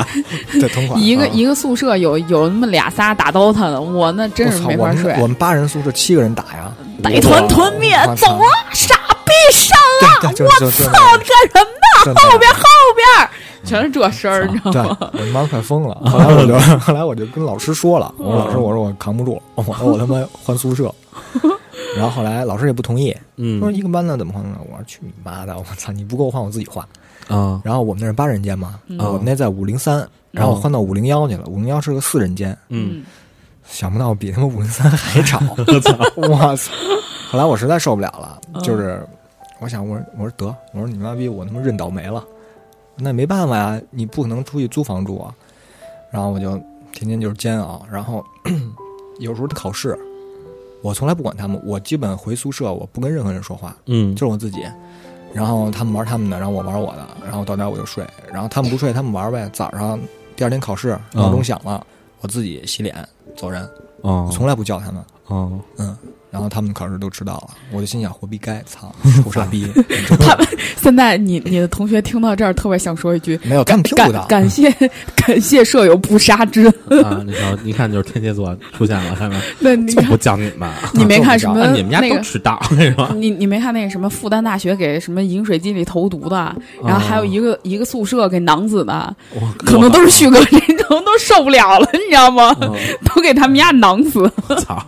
对，同款。一个啊一个宿舍有有那么俩仨打 DOTA 的，我那真我是操，没我法睡们。我们八人宿舍七个人打呀，歹团团灭我，操走啊，傻逼上对对，就就就啊，干什么呢？就那 后样边后边全是这声儿，你知道啊吗？对，我他妈快疯 了。后来我就后来我就跟老师说了，我说嗯老师，我说我扛不住了，我说我他妈换 宿舍。然后后来老师也不同意，嗯说一个班的怎么换呢？我说去你妈的！我操，你不给我换，我自己换。啊然后我们那是八人间嘛，嗯啊我们那在五零三，然后我换到五零幺去了。五零幺是个四人间，嗯，想不到比他们五零三 还吵，我操！嗯我 操！后来我实在受不了了，就是我想，我说我说得，我说你妈逼，我他妈认倒霉了，那没办法呀，你不可能出去租房住啊。然后我就天天就是煎熬，然后 有时候考试，我从来不管他们，我基本回宿舍我不跟任何人说话，嗯就是我自己。然后他们玩他们的，然后我玩我的，然后到点我就睡，然后他们不睡，他们玩呗。早上第二天考试，闹钟响了，我自己洗脸走人，哦我从来不叫他们。哦，嗯，然后他们考试都迟到了，我就心想活逼该， 操，臭傻逼，现在你你的同学听到这儿，特别想说一句：没有他们听感 不到。感谢 感谢舍友不杀之恩。啊，你看，你看，就是天蝎座出现了，看没？ 那你就看，不讲你们，你 没看什么啊你们家那都个？迟到，是吧？嗯你你没看那个什么复旦大学给什么饮水机里投毒的，啊然后还有一个一个宿舍给囊子的，我嗯可能都是旭哥这种都受不了了，你知道吗？嗯都给他们家囊死。我操，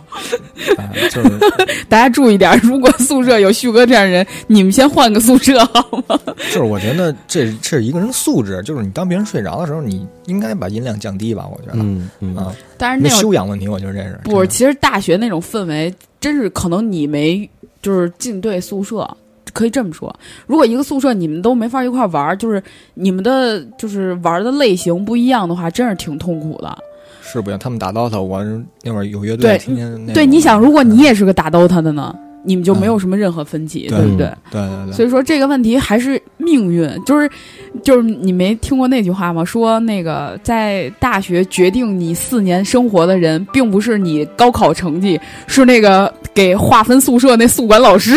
哎就是大家注意点，如果宿舍有旭哥这样人，你们先换个宿舍好吗？就是，我觉得这这是一个人素质，就是你当别人睡着的时候，你应该把音量降低吧，我觉得。嗯嗯啊，但是那没种修养问题，我觉得这是不，真的其实大学那种氛围，真是可能你没就是进对宿舍，可以这么说，如果一个宿舍你们都没法一块儿玩儿，就是你们的就是玩儿的类型不一样的话，真是挺痛苦的。是不行。他们打 DOTA，我那会儿有乐对队，天天那种对，你想，如果你也是个打 DOTA 的呢，你们就没有什么任何分歧，嗯对不对？对对对，所以说这个问题还是命运，就是就是你没听过那句话吗？说那个在大学决定你四年生活的人，并不是你高考成绩，是那个给划分宿舍那宿管老师，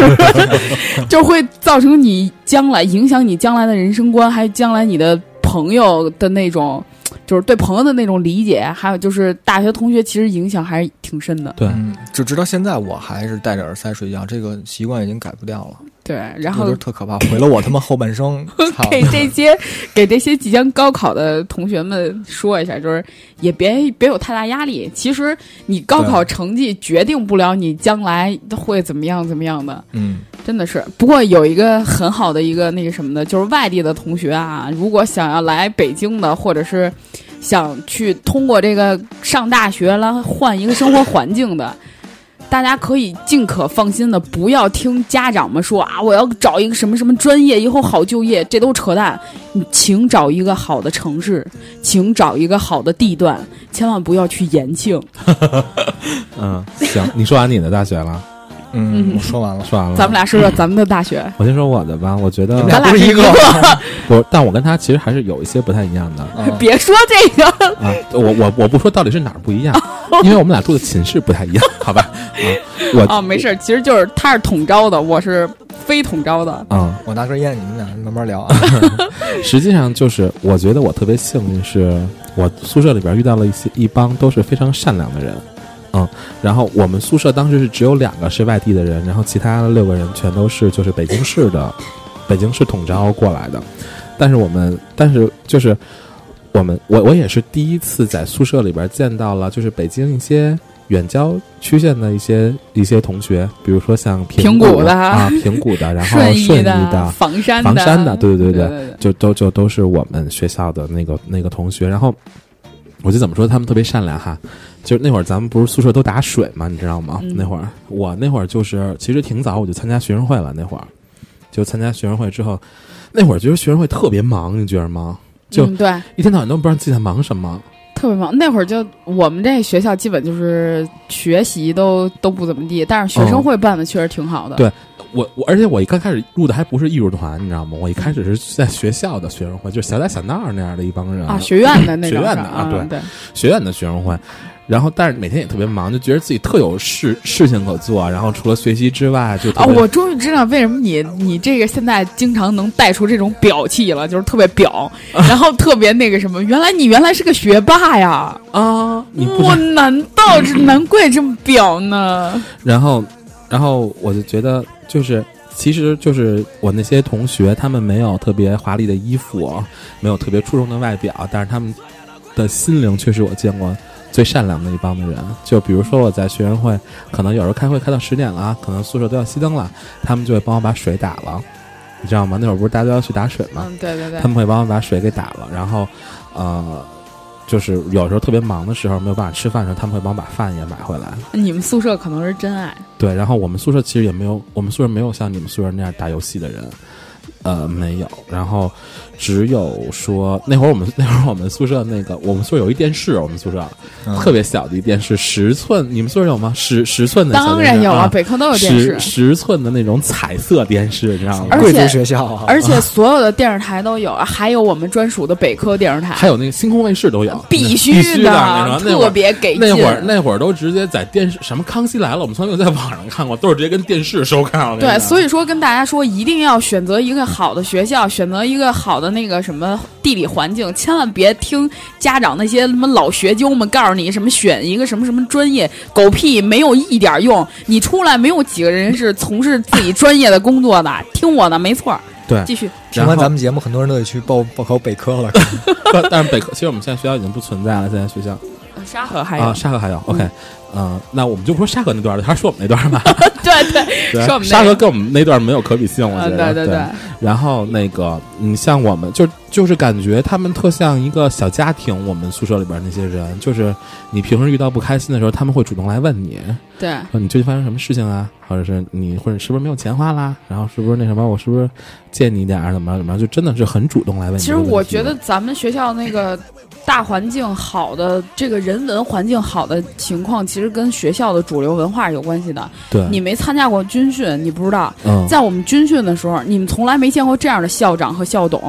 就会造成你将来影响你将来的人生观，还有将来你的朋友的那种。就是对朋友的那种理解，还有就是大学同学，其实影响还是挺深的。对，嗯，就直到现在我还是戴着耳塞睡觉，这个习惯已经改不掉了，对，然这后都特可怕，毁了我他妈后 半生。操！给这些给这些即将高考的同学们说一下，就是也别别有太大压力。其实你高考成绩决定不了你将来会怎么样怎么样的，嗯，真的是。不过有一个很好的一个那个什么的，就是外地的同学啊，如果想要来北京的，或者是想去通过这个上大学来换一个生活环境的。 大家可以尽可放心的，不要听家长们说啊，我要找一个什么什么专业，以后好就业，这都扯淡。你请找一个好的城市，请找一个好的地段，千万不要去延庆。嗯，行，你说完你的大学了，嗯嗯，我说完了，说完了，咱们俩说说咱们的大学，我先说我的吧，我觉得咱俩不是是一个， 我，但我跟他其实还是有一些不太一样的啊别说这个，啊。我我我不说到底是哪儿不一样，因为我们俩住的寝室不太一样，好吧？啊，我哦，没事儿，其实就是他是统招的，我是非统招的。啊，我拿根烟，你们俩慢慢 聊啊。实际上就是我觉得我特别幸运，是我宿舍里边遇到了一些一帮都是非常善良的人。嗯，然后我们宿舍当时是只有两个是外地的人，然后其他的六个人全都是就是北京市的， 北京市统招过来的。但是我们，但是就是我们，我我也是第一次在宿舍里边见到了，就是北京一些远郊区县的一些一些同学，比如说像平谷谷的啊，平谷的，然后顺顺义的、的，房山的、房山的对对对对就都就都是我们学校的那个那个同学，然后我就怎么说，他们特别善良哈。就是那会儿咱们不是宿舍都打水嘛，你知道吗？嗯那会儿我那会儿就是其实挺早我就参加学生会了，那会儿就参加学生会之后，那会儿觉得学生会特别忙，你觉得吗？就嗯、对，一天到晚都不知道自己在忙什么。特别忙。那会儿就我们这学校基本就是学习都都不怎么地，但是学生会办的确实挺好的。哦对我我而且我一刚开始入的还不是艺术团，你知道吗？我一开始是在学校的学生会，就是小打小闹那样的一帮人啊，学院的那种学院的是吧啊嗯对，学院的学生会，然后但是每天也特别忙，就觉得自己特有事事情可做，啊然后除了学习之外就啊，特别我终于知道为什么你你这个现在经常能带出这种表气了，就是特别 表，然后特别那个什么。原来你原来是个学霸呀！啊，你不嗯我难道这难怪这么表呢？然后然后我就觉得就是。其实就是我那些同学，他们没有特别华丽的衣服，没有特别出众的外表，但是他们的心灵却是我见过最善良的一帮的人。就比如说我在学生会，可能有时候开会开到十点了啊，可能宿舍都要熄灯了，他们就会帮我把水打了，你知道吗？那会儿不是大家都要去打水吗？嗯，对对对他，们会帮我把水给打了，然后，呃，就是有时候特别忙的时候没有办法吃饭的时候，他们会帮我把饭也买回来。你们宿舍可能是真爱。对，然后我们宿舍其实也没有，我们宿舍没有像你们宿舍那样打游戏的人，呃，没有。然后只有说那会儿我们那会儿我们宿舍那个我们宿舍有一电视，我们宿舍、嗯特别小的一电视，十寸，你们宿舍有吗？十十寸的小当电视然有啊，北科都有电视十，十寸的那种彩色电视，你知道吗而？且贵族学校啊，而且所有的电视台都有，啊还有我们专属的北科电视台，还有那个星空卫视都有，必须须的。那时候那会特儿别给劲。那会儿那会儿都直接在电视什么《康熙来了》，我们从来没有在网上看过，都是直接跟电视收看。对，所以以说跟大家说，一定要选择一个好的学校，选择一个好的那个什么地理环境，千万别听家长那些什么老学究们告诉你什么选一个什么什么专业，狗屁没有一点用。你出来没有几个人是从事自己专业的工作的，听我的，没错儿。对继续。听完咱们节目，很多人都得去报报考北科了。 但但是北科，其实我们现在学校已经不存在了。现在学校沙河还有，啊，沙河还有 OK，嗯，那我们就不说沙河那段了，还是说我们那 段吧。对对，对说我们那沙河个跟我们那段没有可比性，我啊觉对得。对对。然后那个，你像我们，就就是感觉他们特像一个小家庭。我们宿舍里边那些人，就是你平时遇到不开心的时候，他们会主动来问你，对，说哦你最近发生什么事情啊，或者是你或者是不是没有钱花啦，然后是不是那什么，我是不是借你点儿怎么着怎么着，就真的是很主动来问你其这实个问题。我觉得咱们学校那个大环境好的，这个人文环境好的情况，其实跟学校的主流文化是有关系的。对你没参加过军训，你不知道，嗯，在我们军训的时候，你们从来没见过这样的校长和校董。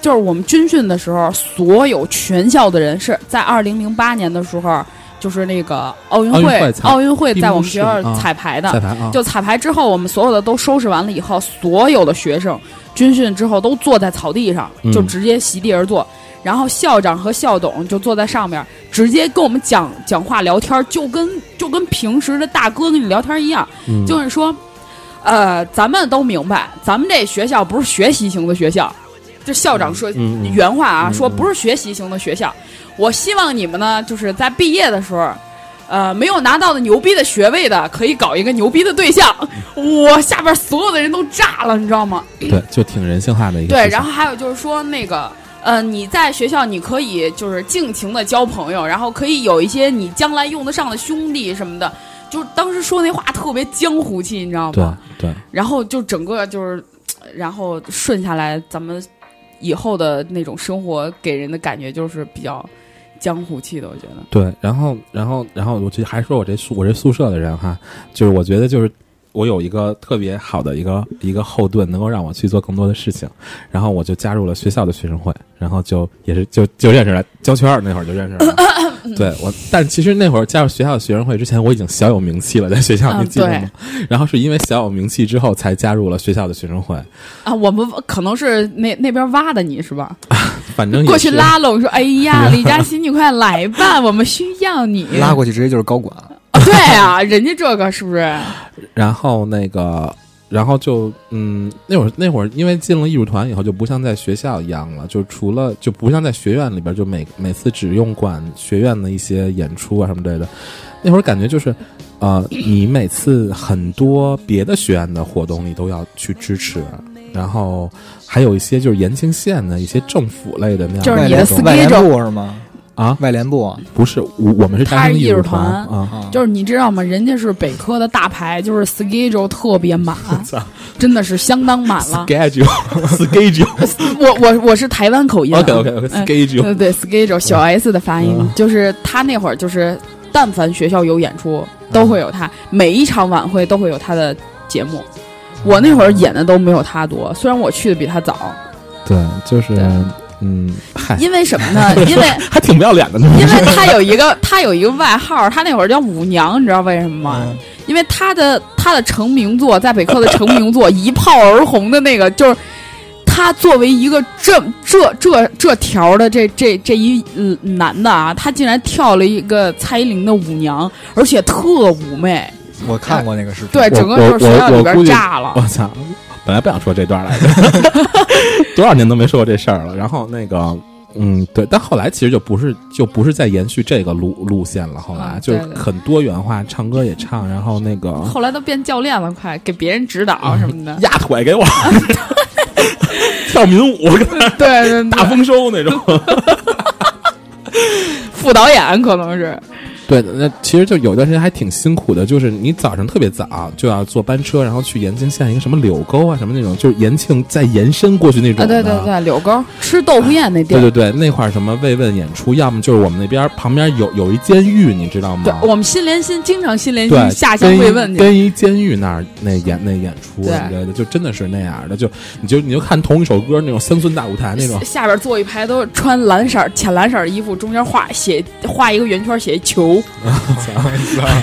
就是我们军训的时候，所有全校的人是在二零零八年的时候，就是那个奥运奥运会会，彩奥运会在我们学闭幕校式彩排的。彩排啊，就彩排之后，我们所有的都收拾完了以后，所有的学生军训之后都坐在草地上嗯，就直接席地而坐。然后校长和校董就坐在上面，直接跟我们讲讲话聊天，就跟就跟平时的大哥跟你聊天一样，嗯就是说，呃，咱们都明白，咱们这学校不是学习型的学校，这校长说、嗯嗯原话啊，嗯说嗯不是学习型的学校。我希望你们呢，就是在毕业的时候，呃，没有拿到的牛逼的学位的，可以搞一个牛逼的对象。嗯我下边所有的人都炸了，你知道吗？对，就挺人性化的一个事对，情。然后还有就是说那个。呃，你在学校你可以就是尽情的交朋友，然后可以有一些你将来用得上的兄弟什么的，就是当时说那话特别江湖气，你知道吗？对对，然后就整个就是，然后顺下来，咱们以后的那种生活给人的感觉就是比较江湖气的，我觉得。对，然后，然后，然后，我就还说我这宿我这宿舍的人哈，就是我觉得就是我有一个特别好的一个一个后盾，能够让我去做更多的事情，然后我就加入了学校的学生会，然后就也是就就认识了交圈儿那会儿就认识 了，对我，但其实那会儿加入学校的学生会之前，我已经小有名气了，在学校嗯你记得对吗？然后是因为小有名气之后才加入了学校的学生会，啊，我们可能是那那边挖的你是吧？反正也过去是拉拢说，哎 呀，李佳琦，你快来吧，我们需要你。拉过去直接就是高管，啊 对啊，人家这个是不是？啊然后那个，然后就嗯，那会儿那会儿因为进了艺术团以后，就不像在学校一样了，就除了就不像在学院里边，就每每次只用管学院的一些演出啊什么之类的。那会儿感觉就是，呃，你每次很多别的学院的活动你都要去支持。然后还有一些就是延庆县的一些政府类的那样的活动，就是你的外 schedule 联部是吗？啊，外联部啊，不是我我们是大他兴是艺艺术术团团啊，啊就是你知道吗？人家是北科的大牌，就是 schedule 特别 满，真的是相当满了。 schedule schedule 我我我是台湾口音啊。 OK OK OK 嗯 schedule 对对，schedule 小 S 的发音嗯，就是他那会儿就是，但凡学校有演出，都会有他，嗯每一场晚会都会有他的节目。我那会儿演的都没有他多，虽然我去的比他早，对，就是对嗯，嗨，因为什么呢？因为还挺不要脸的呢。 因为他有一个他有一个外号，他那会儿叫舞娘，你知道为什么吗？因为他的他的成名作在北科的成名作一炮而红的那个，就是他作为一个这这这这条的这这这一、嗯男的 啊，他竟然跳了一个蔡依林的舞娘，而且特妩媚，我看过那个视频。对，整个就是学校里边炸我了。操！本来不想说这段来着， 多少年都没说过这事儿了。然后那个，嗯，对，但后来其实就不是就不是在延续这个路路线了。后来嗯就是对对很多元化，唱歌也唱，然后那个后来都变教练了，快给别人指 导什么的。压腿给我 跳民舞，对 对，大丰收那种。 副导演可能是，对，那其实就有段时间还挺辛苦的，就是你早上特别早就要坐班车，然后去延庆县一个什么柳沟啊，什么那种，就是延庆再延伸过去那种、啊，对对。对，柳沟吃豆腐宴那地对儿，对对，那块儿什么慰问演出，要么就是我们那边儿旁边有有一监狱，你知道吗？对，我们心连心，经常心连对心下乡慰问去。跟一监狱那儿那演那演出对什么之类的，就真的是那样的，就你就你就看同一首歌那种乡村大舞台那种 下，下边坐一排都是穿蓝色、浅蓝色的衣服，中间画写画一个圆圈，写一球。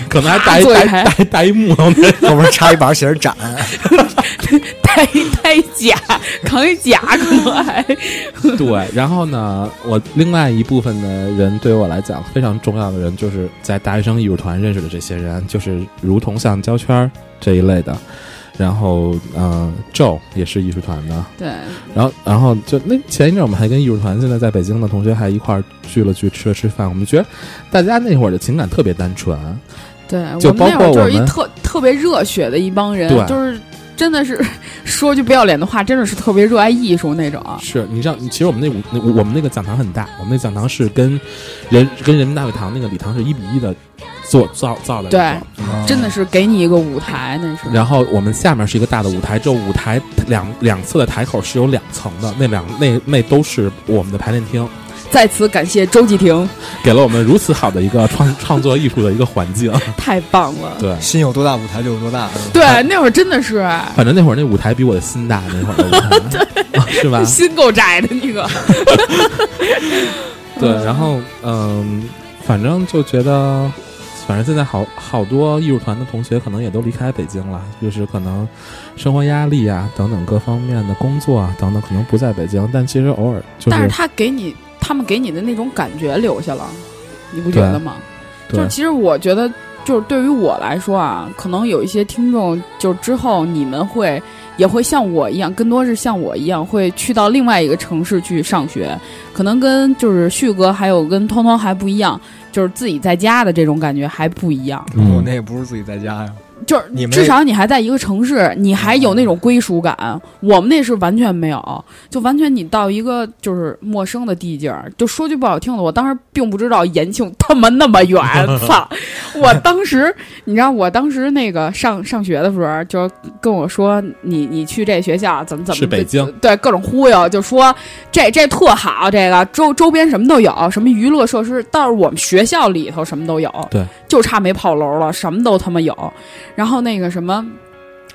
可能还带一坐一带排带 带一木头那 后面插一板写着展，戴戴一甲，扛一甲，可能还对，然后呢，我另外一部分的人对我来讲非常重要的人，就是在大学生艺术团认识的这些人，就是如同像胶圈儿这一类的。然后，嗯、Joe 也是艺术团的。 对然后，然后就那前一阵我们还跟艺术团现在在北京的同学还一块儿聚了聚，吃了吃饭。我们觉得大家那会儿的情感特别单纯，对，就我们那会包括儿就我是一们特特别热血的一帮人对，就是真的是说句不要脸的话，真的是特别热爱艺术那种。啊是你知道，其实我们那五那我们那个讲堂很大，我们那讲堂是跟人跟人民大会堂那个礼堂是一比一的做造造 的，对那种啊真的是给你一个舞台，那是。然后我们下面是一个大的舞台，这舞台两两侧的台口是有两层的，那两那那都是我们的排练厅，在此感谢周继廷，给了我们如此好的一个创创作艺术的一个环 境。太棒了。对，心有多大，舞台就有多大。是吧对，啊那会儿真的是反正那会儿那舞台比我的心大，那会儿的 舞台啊是吧？心够窄的那个。对，然后嗯，反正就觉得，反正现在好好多艺术团的同学可能也都离开北京了，就是可能生活压力啊等等各方面的工作啊等等，可能不在北京，但其实偶尔就但是他给你，他们给你的那种感觉留下了，你不觉得吗？就对是其实我觉得，就是对于我来说啊，可能有一些听众，就之后你们会也会像我一样，更多是像我一样，会去到另外一个城市去上学，可能跟就是旭哥还有跟通通还不一样，就是自己在家的这种感觉还不一样，嗯我那也不是自己在家呀，就是你们嗯至少你还在一个城市，你还有那种归属感。我们那是完全没有，就完全你到一个就是陌生的地界儿。就说句不好听的，我当时并不知道延庆他妈那么 远，操！我当时你知道，我当时那个上上学的时候，就跟我说你你去这学校怎么怎么是北京对各种忽悠，就说这这特好，这个周周边什么都有，什么娱乐设施，到我们学校里头什么都有，对，就差没炮楼了，什么都他妈有。然后那个什么，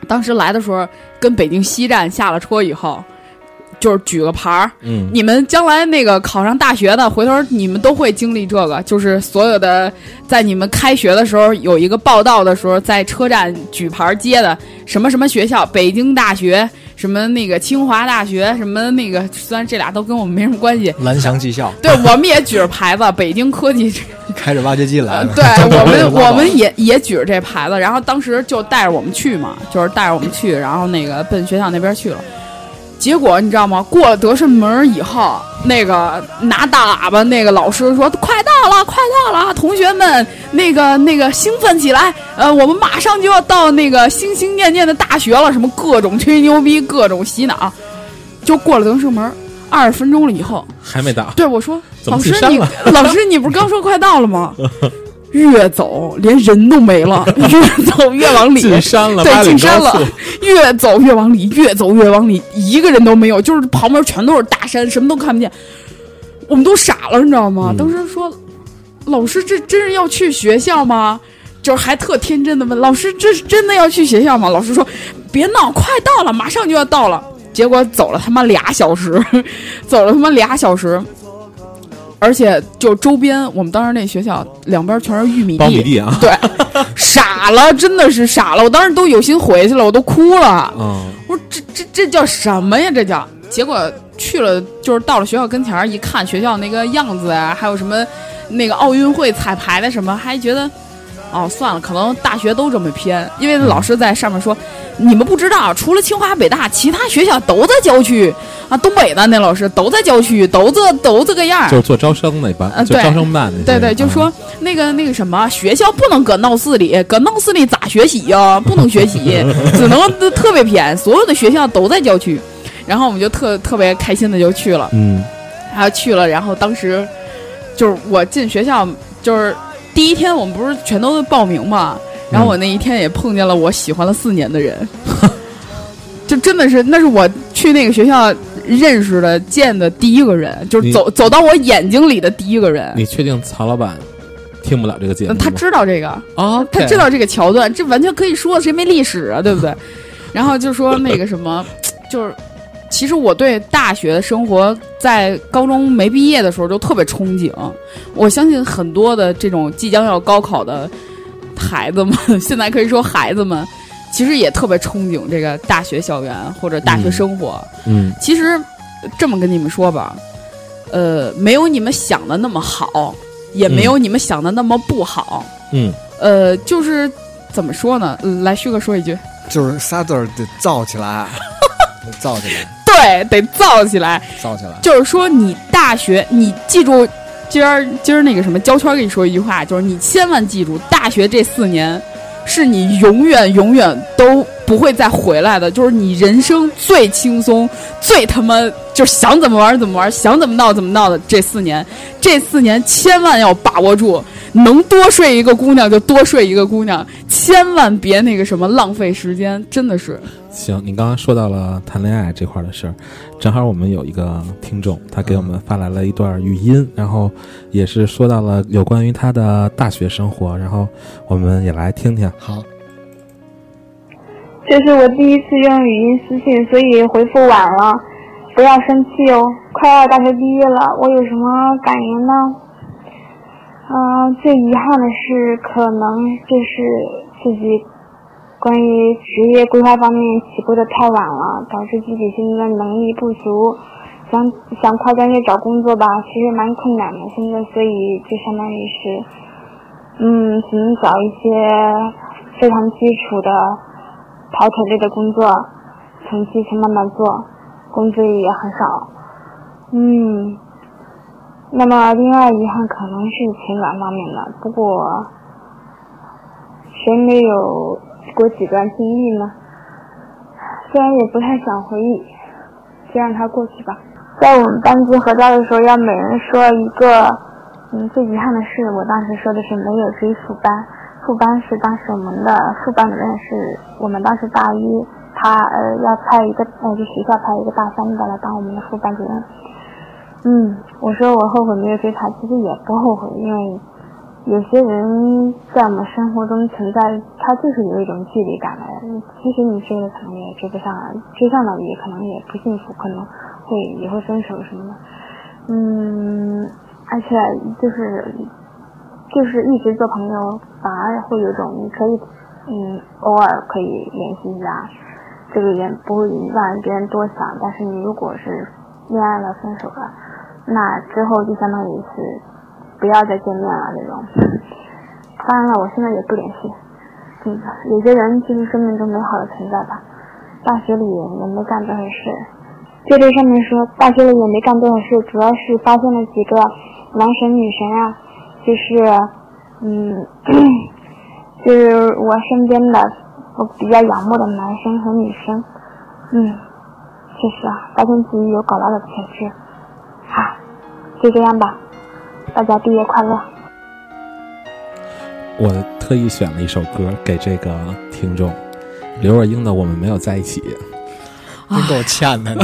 当时来的时候跟北京西站下了车以后，就是举个牌儿，嗯你们将来那个考上大学的，回头你们都会经历这个，就是所有的在你们开学的时候有一个报道的时候，在车站举牌接的什么什么学校，北京大学，什么那个清华大学，什么那个，虽然这俩都跟我们没什么关系，蓝翔技校对我们也举着牌子，北京科技 开着挖掘机来呃，了。对 我也们，忘了我们也也举着这牌子，然后当时就带着我们去嘛，就是带着我们去，然后那个奔学校那边去了。结果你知道吗？过了德胜门儿以后，那个拿大喇叭那个老师说：“快到了，快到了，啊同学们，那个那个兴奋起来，呃，我们马上就要到那个心心念念的大学了，什么各种吹牛逼，各种洗脑。”就过了德胜门二十分钟了以后，还没到，对我说：“怎么老师去删你了 老师你不是刚说快到了吗？”越走连人都没了，越走越往里，进山了，对，八里进山高了速，越走越往里，越走越往里，一个人都没有，就是旁边全都是大山，什么都看不见，我们都傻了，你知道吗？嗯当时说，老师这真是要去学校吗？就是还特天真的问老师，这是真的要去学校吗？老师说，别闹，快到了，马上就要到了。结果走了他妈俩小时， 走了他妈俩小时，而且就周边我们当时那学校两边全是玉米苞米地啊，对，傻了，真的是傻了。我当时都有心回去了，我都哭了。嗯，我说这这这叫什么呀？这叫结果去了，就是到了学校跟前儿一看学校那个样子啊，还有什么那个奥运会彩排的什么，还觉得。哦，算了，可能大学都这么偏，因为老师在上面说，你们不知道，除了清华北大，其他学校都在郊区啊，东北的那老师都在郊区，都这都这个样儿就是做招生那班，呃就对招生办那些，对对，就嗯说那个那个什么，学校不能搁闹市里，搁闹市里咋学习呀、不能学习， 只能特别偏，所有的学校都在郊区。然后我们就特特别开心的就去了，嗯，然后去了，然后当时就是我进学校，就是第一天我们不是全都报名嘛，然后我那一天也碰见了我喜欢了四年的人， 就真的是那是我去那个学校认识的见的第一个人，就是你走走到我眼睛里的第一个人。你确定曹老板听不了这个节目嗯吗？他知道这个，啊，他知道这个桥段，这完全可以说谁没历史啊，对 不对？然后就说那个什么，就是其实我对大学生活在高中没毕业的时候就特别憧憬，我相信很多的这种即将要高考的孩子们，现在可以说孩子们，其实也特别憧憬这个大学校园或者大学嗯生活。嗯，其实这么跟你们说吧，呃，没有你们想的那么好，也没有你们想的那么不好。嗯，呃，就是怎么说呢？呃来，旭哥说一句， 就是仨字儿得造起来， 得造起来，对，得造起来。造起来。就是说，你大学，你记住，今儿今儿那个什么焦圈跟你说一句话，就是你千万记住，大学这四年是你永远永远都不会再回来的，就是你人生最轻松、最他妈就是想怎么玩儿怎么玩儿，想怎么闹怎么闹的这四年，这四年千万要把握住，能多睡一个姑娘就多睡一个姑娘，千万别那个什么浪费时间，真的是行，你刚刚说到了谈恋爱这块儿的事儿，正好我们有一个听众，他给我们发来了一段语音，然后也是说到了有关于他的大学生活，然后我们也来听听。好，这是我第一次用语音私信，所以回复晚了，不要生气哦。快要大学毕业了，我有什么感言呢？嗯、最遗憾的是，可能这是自己关于职业规划方面起步的太晚了，导致自己现在的能力不足。想想跨专业找工作吧，其实蛮困难的。现在，所以就相当于是，嗯，只能找一些非常基础的跑腿类的工作，从基层慢慢做，工资也很少。嗯，那么另外遗憾可能是情感方面的，不过谁没有过几段经历呢？虽然也不太想回忆，就让它过去吧。在我们班级合照的时候，要每人说一个。嗯，最遗憾的是，我当时说的是没有追副班，副班是当时我们的副班主任是我们当时大一，他呃要派一个呃就学校派一个大三的来当我们的副班主任。嗯，我说我后悔没有追他，其实也不后悔，因为有些人在我们生活中存在，他就是有一种距离感的。嗯其实你追了，可能也追不上，啊追上了也可能也不幸福，可能会也会分手什么的。嗯，而且就是就是一直做朋友，反而会有种你可以嗯偶尔可以联系一下，这个也不会让别人多想。但是你如果是恋爱了、分手了，那之后就相当于是不要再见面了那种。当然了，我现在也不联系。嗯，有些人就是生命中美好的存在吧。大学里也没干多少事，就这上面说，大学里也没干多少事，主要是发现了几个男神女神啊，就是，嗯， 就是我身边的我比较仰慕的男生和女生，嗯，确实啊，发现自己有搞拉的潜质，啊，就这样吧，大家毕业快乐。我特意选了一首歌给这个听众，刘若英的《我们没有在一起》。真够欠的你。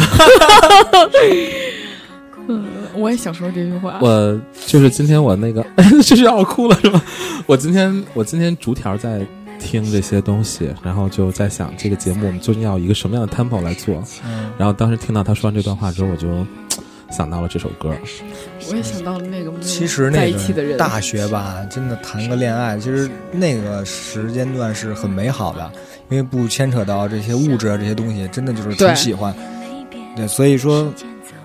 我也想说这句话。我就是今天我那个， 这是让我哭了是吗？我今天我今天逐条在听这些东西，然后就在想这个节目我们究竟要一个什么样的 tempo 来做。嗯，然后当时听到他说完这段话之后，我就嘖想到了这首歌。我也想到了那个没有其实在那一起的个人，大学吧，真的谈个恋爱，其实那个时间段是很美好的，因为不牵扯到这些物质啊这些东西，真的就是对挺喜欢。对，所以说，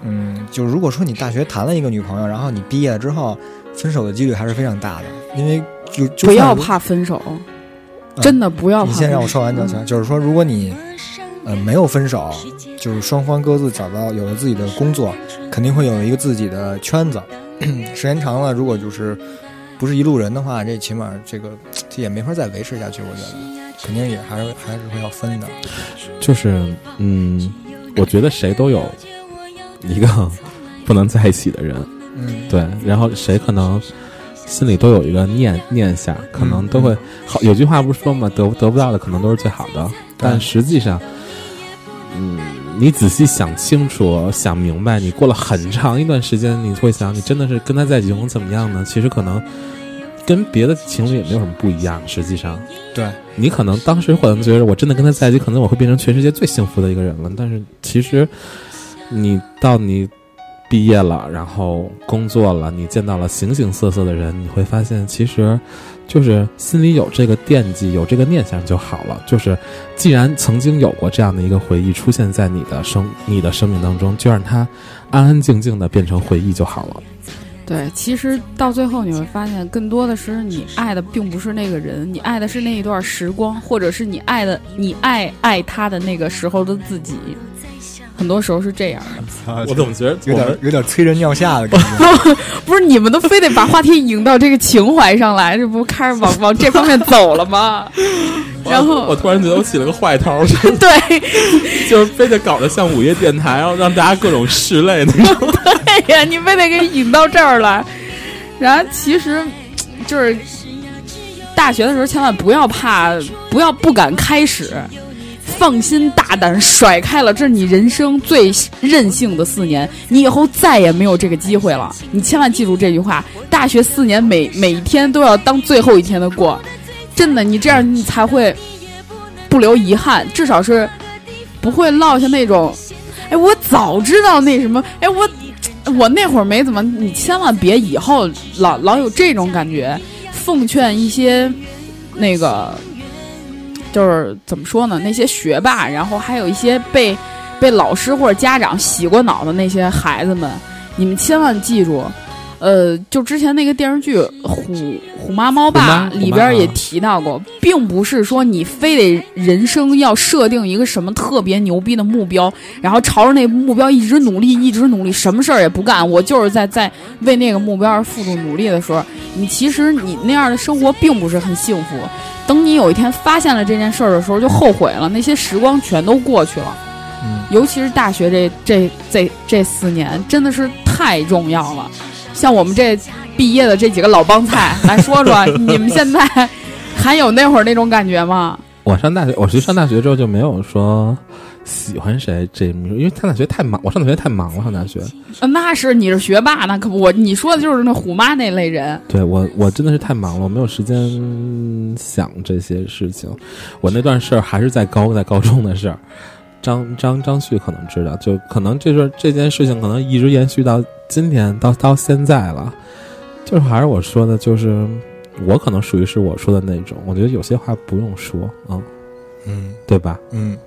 嗯，就是如果说你大学谈了一个女朋友，然后你毕业了之后，分手的几率还是非常大的，因为就就不算要如怕分手，真的不要怕嗯你分手。先让我说完就行。就是说，如果你呃没有分手，就是双方各自找到有了自己的工作，肯定会有一个自己的圈子。 时间长了，如果就是不是一路人的话，这起码这个这也没法再维持下去。我觉得肯定也还是还是会要分的。就是嗯，我觉得谁都有一个不能在一起的人，嗯，对，然后谁可能。心里都有一个念念想，可能都会、好。有句话不是说嘛，得得不到的可能都是最好的，但实际上，嗯，你仔细想清楚、想明白，你过了很长一段时间，你会想，你真的是跟他在一起能怎么样呢？其实可能跟别的情侣也没有什么不一样。实际上，对，你可能当时可能觉得我真的跟他在一起，可能我会变成全世界最幸福的一个人了。但是其实，你到你毕业了，然后工作了，你见到了形形色色的人，你会发现，其实就是心里有这个惦记，有这个念想就好了。就是既然曾经有过这样的一个回忆出现在你的生你的生命当中，就让它安安静静的变成回忆就好了。对，其实到最后你会发现，更多的是你爱的并不是那个人，你爱的是那一段时光，或者是你爱的你爱爱他的那个时候的自己。很多时候是这样的。我我总觉得有我点们有点催人尿下的感觉。不是你们都非得把话题引到这个情怀上来，这不开始往往这方面走了吗？然 我我后突然觉得我起了个坏头儿，就对，就是非得搞得像午夜电台，然后让大家各种拭泪那种。哎 呀，你非得给引到这儿来。然后其实就是大学的时候，千万不要怕，不要不敢开始，放心大胆甩开了，这是你人生最任性的四年，你以后再也没有这个机会了。你千万记住这句话：大学四年每每一天都要当最后一天的过，真的，你这样你才会不留遗憾，至少是不会落下那种。哎，我早知道那什么，哎，我我那会儿没怎么，你千万别以后老老有这种感觉。奉劝一些那个，就是怎么说呢，那些学霸，然后还有一些被被老师或者家长洗过脑的那些孩子们，你们千万记住。呃，就之前那个电视剧《虎虎妈猫虎爸妈》里虎妈边也啊提到过，并不是说你非得人生要设定一个什么特别牛逼的目标，然后朝着那目标一直努力，一直努力，什么事儿也不干，我就是在在为那个目标而付出努力的时候，你其实你那样的生活并不是很幸福。等你有一天发现了这件事儿的时候，就后悔了，那些时光全都过去了。嗯，尤其是大学这这这这四年，真的是太重要了。像我们这毕业的这几个老帮菜，来说 说你们现在还有那会儿那种感觉吗？ 我上大学，我其实上大学之后就没有说喜欢谁这一幕，因为上大学太忙，我上大学太忙了，上大学。呃那是你是学霸，那可不，我你说的就是那虎妈那类人。对我，我真的是太忙了，我没有时间想这些事情。我那段事儿还是在高在高中的事儿。张张张旭可能知道，就可能这段这件事情可能一直延续到今天，到到现在了。就是还是我说的，就是我可能属于是我说的那种，我觉得有些话不用说啊、嗯，嗯对吧？嗯，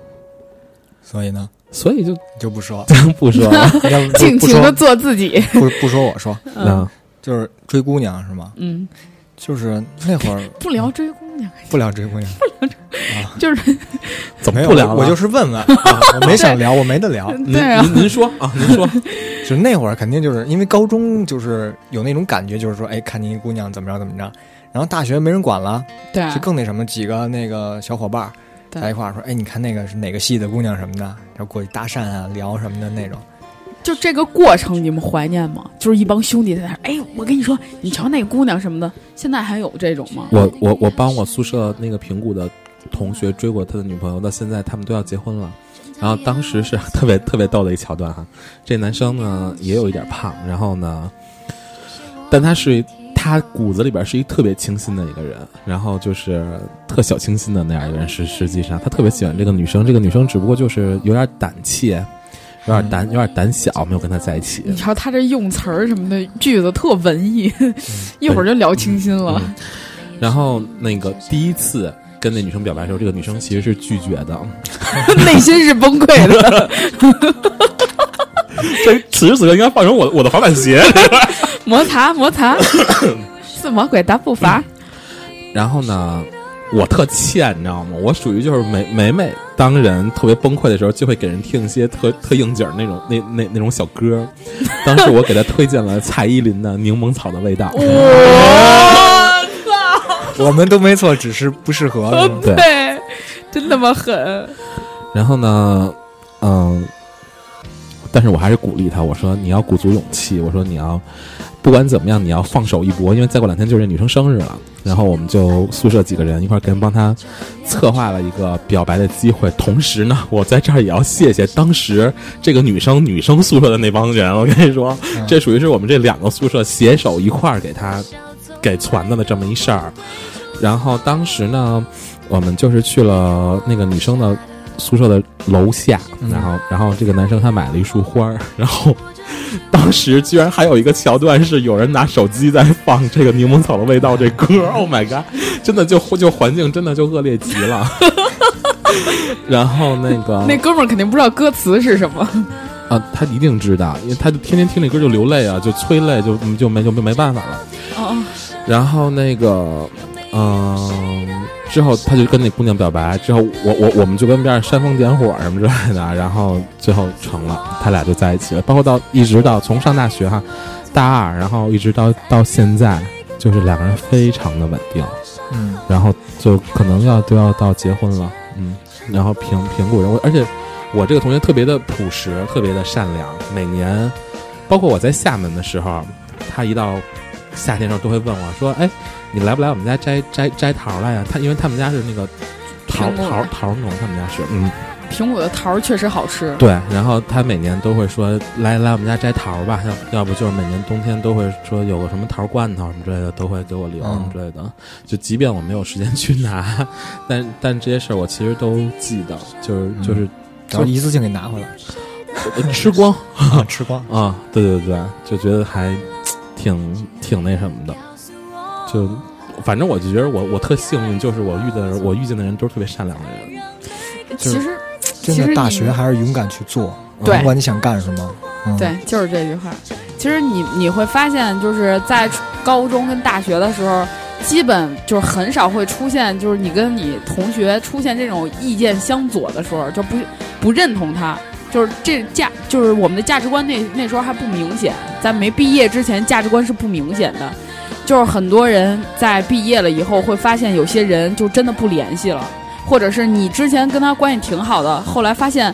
所以呢，所以就就不 说，咱不说了，要不 尽不情的说做自己。不不说我说，嗯，就是追姑娘是吗？嗯，就是那会儿不聊追姑娘， 不聊追姑娘，就是怎么没有不聊了？我就是 问问，啊我没想聊，我没得聊。您对啊您您说啊，您说， 就是那会儿肯定就是因为高中就是有那种感觉，就是说，哎，看见一姑娘怎么着怎么着，然后大学没人管了，对啊就更那什么，几个那个小伙伴儿对在一块儿说，哎，你看那个是哪个系的姑娘什么的，然后过去搭讪啊、聊什么的那种。就这个过程，你们怀念吗？就是一帮兄弟在那儿，哎，我跟你说，你瞧那姑娘什么的，现在还有这种吗？我我我帮我宿舍那个平谷的同学追过他的女朋友，到现在他们都要结婚了。然后当时哎是特别特别逗的一桥段哈，这男生呢也有一点胖，然后呢，但他是他骨子里边是一特别清新的一个人，然后就是特小清新的那样一个人。实实际上，他特别喜欢这个女生，这个女生只不过就是有点胆怯，有点胆有点胆小，没有跟他在一起。你瞧他这用词儿什么的，句子特文艺，嗯一会儿就聊清新了。嗯然后那个第一次跟那女生表白的时候，这个女生其实是拒绝的，嗯 内心是崩溃的。 这此时此刻应该放成我我的滑板鞋。摩擦摩 擦，是魔鬼大步伐。嗯然后呢，我特欠，你知道吗？我属于就是每每每当人特别崩溃的时候，就会给人听一些特特应景儿那种那那那种小歌。当时我给他推荐了蔡依林的《柠檬草的味道》，我们都没错，只是不适 合。是吗对，对，真他妈狠。然后呢，嗯，但是我还是鼓励他，我说你要鼓足勇气，我说你要不管怎么样，你要放手一搏，因为再过两天就是这女生生日了。然后我们就宿舍几个人一块儿跟帮他策划了一个表白的机会，同时呢，我在这儿也要谢谢当时这个女生女生宿舍的那帮人。我跟你说，这属于是我们这两个宿舍携手一块儿给他给传的的这么一事儿。然后当时呢，我们就是去了那个女生的宿舍的楼下，然后然后这个男生他买了一束花儿， 然后当时居然还有一个桥段是有人拿手机在放这个柠檬草的味道这歌，Oh my god！真的就就环境真的就恶劣极了。 然后那个那哥们儿肯定不知道歌词是什么。嗯啊，他一定知道，因为他就天天听这歌就流泪啊，就催泪，就就没就没没办法了。哦，然后那个，嗯、之之后他就跟那姑娘表白，之后我我我们就跟边上煽风点火什么之类的，然后最后成了，他俩就在一起了。包括到一直到从上大学哈，大二，然后一直到到现在，就是两个人非常的稳定，嗯，然后就可能要都要到结婚了，嗯，然后评评估人，我而且我这个同学特别的朴实，特别的善良，每年包括我在厦门的时候，他一到夏天的时候都会问我说：“哎，你来不来我们家摘摘摘桃来呀、啊他因为他们家是那个桃苹果桃桃农，他们家是嗯苹果的桃儿确实好吃，对，然后他每年都会说来来我们家摘桃吧，要要不就是每年冬天都会说有个什么桃罐头什么之类的，都会给我留什么嗯之类的。就即便我没有时间去拿， 但但这些事儿我其实都记得，就是就是、然后一次性给拿 回来，呃吃光啊吃光。啊，对对对，就觉得还挺挺那什么的，就反正我就觉得我我特幸运，就是我遇的我遇见的人都是特别善良的人，就是其实其真实的，你大学还是勇敢去做，对甭管你想干什么。嗯、，对，就是这句话。其实你你会发现，就是在高中跟大学的时候，基本就是很少会出现，就是你跟你同学出现这种意见相左的时候，就不不认同他。就是这价，就是我们的价值观那那时候还不明显，在没毕业之前，价值观是不明显的。就是很多人在毕业了以后，会发现有些人就真的不联系了，或者是你之前跟他关系挺好的，后来发现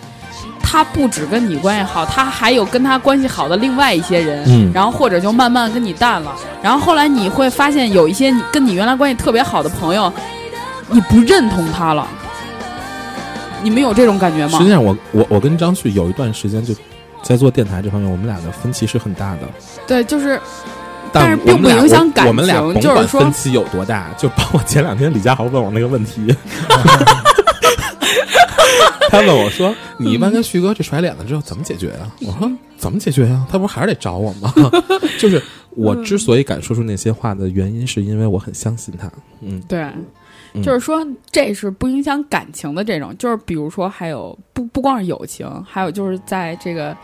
他不只跟你关系好，他还有跟他关系好的另外一些人，嗯然后或者就慢慢跟你淡了，然后后来你会发现有一些你跟你原来关系特别好的朋友，你不认同他了，你们有这种感觉吗实际？上我，我我跟张旭有一段时间就在做电台这方面，我们俩的分歧是很大的，对，就是但但是我们并不俩影响我感我们俩情甭就是管说分歧有多大，就包括前两天李佳豪问我那个问题， 他问我说：“你一般跟旭哥这甩脸子之后怎么解决呀、我说：“怎么解决呀、他不是还是得找我吗？” 就是我之所以敢说出那些话的原因，是因为我很相信他。嗯，对，嗯就是说这是不影响感情的这种，就是比如说还有不不光是友情，还有就是在这个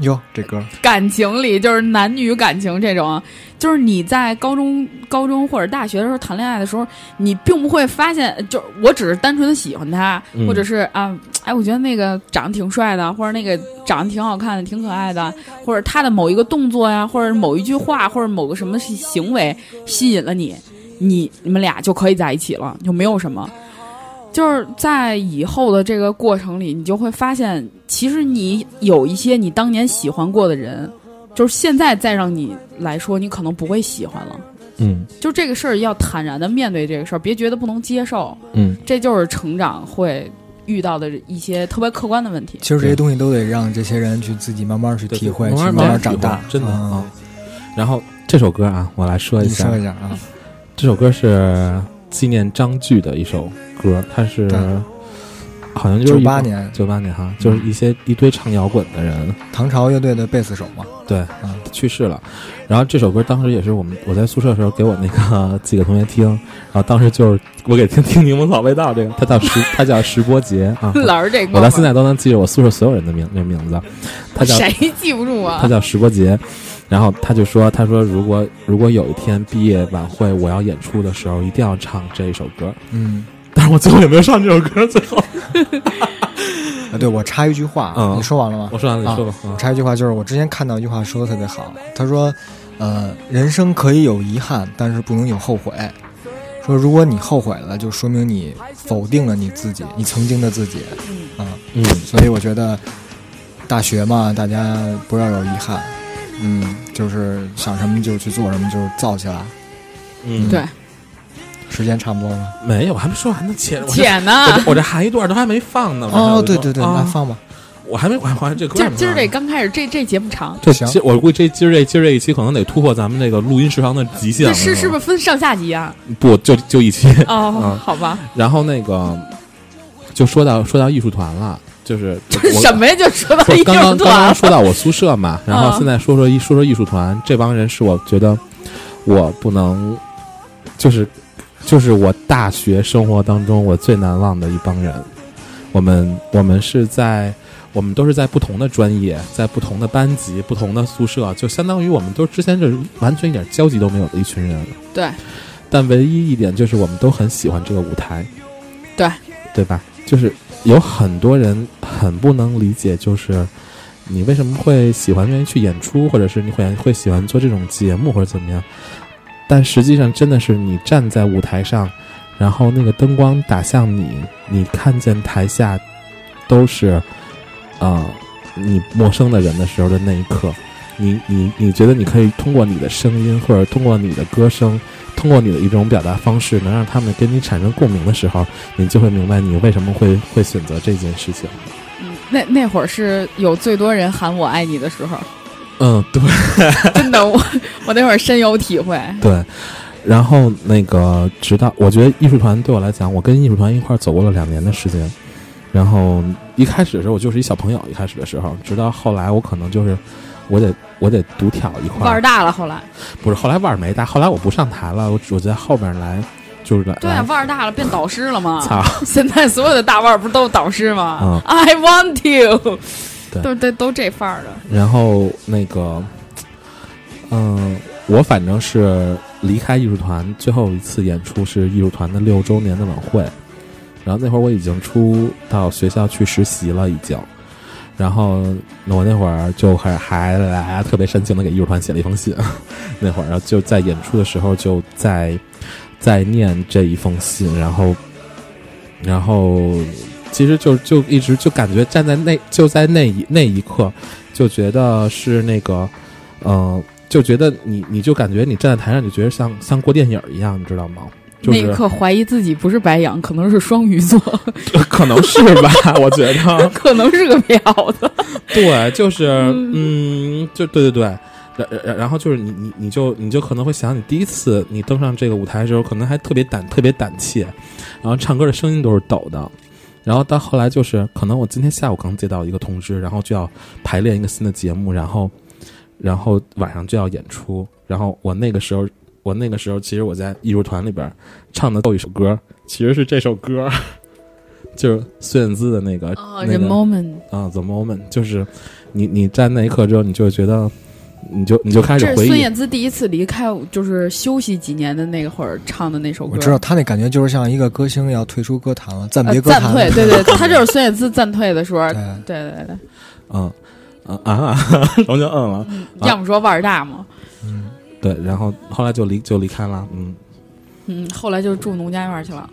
哟，这歌感情里，就是男女感情这种，就是你在高中、高中或者大学的时候谈恋爱的时候，你并不会发现，就是我只是单纯的喜欢他，嗯或者是啊，哎，我觉得那个长得挺帅的，或者那个长得挺好看的、挺可爱的，或者他的某一个动作呀，或者某一句话，或者某个什么行为吸引了你，你你们俩就可以在一起了，就没有什么。就是在以后的这个过程里，你就会发现，其实你有一些你当年喜欢过的人，就是现在再让你来说，你可能不会喜欢了。嗯就这个事儿要坦然的面对这个事儿，别觉得不能接受，嗯，这就是成长会遇到的一些特别客观的问题。其实这些东西都得让这些人去自己慢慢去对体会，去慢慢慢慢体会长大。真的啊嗯，。然后这首歌啊，我来说你一下说。一下啊，这首歌是纪念张炬的一首歌，它是对好像就是九八年九八年哈，就是一些一堆唱摇滚的人唐朝乐队的贝斯手嘛，对嗯去世了，然后这首歌当时也是我们我在宿舍的时候给我那个几个同学听，然后当时就是我给听听柠檬草味道这个，他叫石他叫石波杰啊， 老是这个，我到现在都能记着我宿舍所有人的名那名字，他叫谁记不住啊他？叫石伯杰，然后他就说：“他说如果如果有一天毕业晚会我要演出的时候，一定要唱这一首歌。嗯，”但是我最后也没有唱这首歌。最后啊，对我插一句话啊，嗯你说完了吗？ 我说完了，你说啊吧。啊我插一句话，就是我之前看到一句话说的特别好，他说，呃，人生可以有遗憾，但是不能有后悔。说如果你后悔了，就说明你否定了你自己，你曾经的自己。啊，嗯所以我觉得大学嘛，大家不要有遗憾。嗯，就是想什么就去做什么，就是造起来。嗯，对，时间差不多了。没有，还没说完呢，且我这姐呢我？这我这还一段都还没放呢。哦，对对对，啊来放吧。我还没管完这歌今儿呢。今儿这刚开始，这这节目长，这行今我估计这今儿这今儿这一期可能得突破咱们这个录音时长的极限这了。是是不是是分上下集啊？不就就一期？ 哦嗯，好吧，然后那个就说到说到艺术团了， 就是这我什么呀？就说到不一是刚整刚刚段刚，说到我宿舍嘛，然后嗯现在说说艺说说艺术团这帮人是我觉得我不能，就是就是我大学生活当中我最难忘的一帮人。我们我们是在我们都是在不同的专业，在不同的班级、不同的宿舍，就相当于我们都之前这完全一点交集都没有的一群人。对，但唯一一点就是我们都很喜欢这个舞台，对，对吧？就是有很多人很不能理解，就是你为什么会喜欢愿意去演出，或者是你会会喜欢做这种节目或者怎么样？但实际上真的是你站在舞台上，然后那个灯光打向你，你看见台下都是啊、你陌生的人的时候的那一刻，你你你觉得你可以通过你的声音，或者通过你的歌声，通过你的一种表达方式，能让他们跟你产生共鸣的时候，你就会明白你为什么会会选择这件事情。嗯，那那会儿是有最多人喊我爱你的时候， 嗯，对真的，我我那会儿深有体会。对。然后那个，直到我觉得艺术团对我来讲，我跟艺术团一块儿走过了两年的时间。然后一开始的时候，我就是一小朋友，一开始的时候，直到后来我可能就是，我得我得独挑一块儿腕儿大了，后来不是，后来腕儿没大，后来我不上台了，我我在后边来，就是来。对啊，腕儿大了变导师了嘛来。操， 现在所有的大腕儿不是都是导师吗、嗯 i want you，对都都都这范儿的。然后那个，嗯、我反正是离开艺术团最后一次演出是艺术团的六周年的晚会，然后那会儿我已经出到学校去实习了，已经。然后我那会儿就还还来特别煽情的给艺术团写了一封信， 那会儿然后就在演出的时候就在在念这一封信，然后然后其实就就一直就感觉站在那就在那一那一刻，就觉得是那个，嗯、就觉得你你就感觉你站在台上，你觉得像像过电影一样，你知道吗？就那一是刻怀疑自己不是白羊，可能是双鱼 座， 可能是吧，我觉得可能是个婊子。对，就是嗯，就对对对，然然然后就是你你你就你就可能会想，你第一次你登上这个舞台的时候，可能还特别胆特别胆怯，然后唱歌的声音都是抖的。然后到后来就是，可能我今天下午刚接到一个通知，然后就要排练一个新的节目，然后，然后晚上就要演出。然后我那个时候，我那个时候其实我在艺术团里边唱的够一首歌，其实是这首歌， 就是孙燕姿的那个、哦那个 moment，啊，the moment，就是你你站那一刻之后，你就会觉得，你就你就开这始是回孙忆，燕姿第一次离开，就是休息几年的那会儿唱的那首歌。我知道他那感觉就是像一个歌星要退出歌坛了，暂别呃歌暂坛了。退，对对， 他就是孙燕姿暂退的时候，对 对对对，嗯，啊啊，啊然后就嗯了，啊要么说腕儿大嘛，对，然后后来就离就离开了，嗯，嗯，后来就住农家院去了，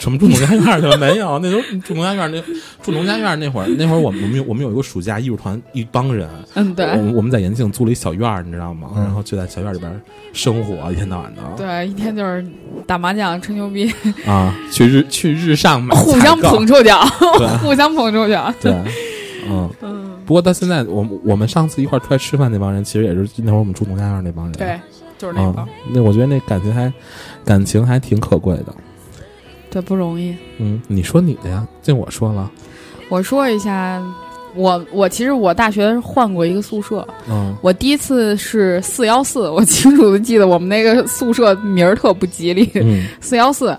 什么住农家院儿去了没有？那时候住农家院儿那住农家院儿那会儿那会儿我们我们有我们有一个暑假艺术团一帮人，嗯，对我们我们在延庆租了一小院儿，你知道吗？嗯然后就在小院儿里边儿生活，一天到晚的对，一天就是打麻将、吹牛逼，啊，去日去日上买互采相购捧臭脚，哦对 互相捧臭脚， 对，嗯。嗯，不过到现在，我们我们上次一块儿出来吃饭那帮人，其实也是那会儿我们住农家院那帮人。对，就是那啊个，，那我觉得那感情还感情还挺可贵的。对，不容易。嗯，你说你的呀，这我说了。我说一下，我我其实我大学换过一个宿舍，嗯，我第一次是四幺四，我清楚的记得我们那个宿舍名儿特不吉利，嗯四幺四。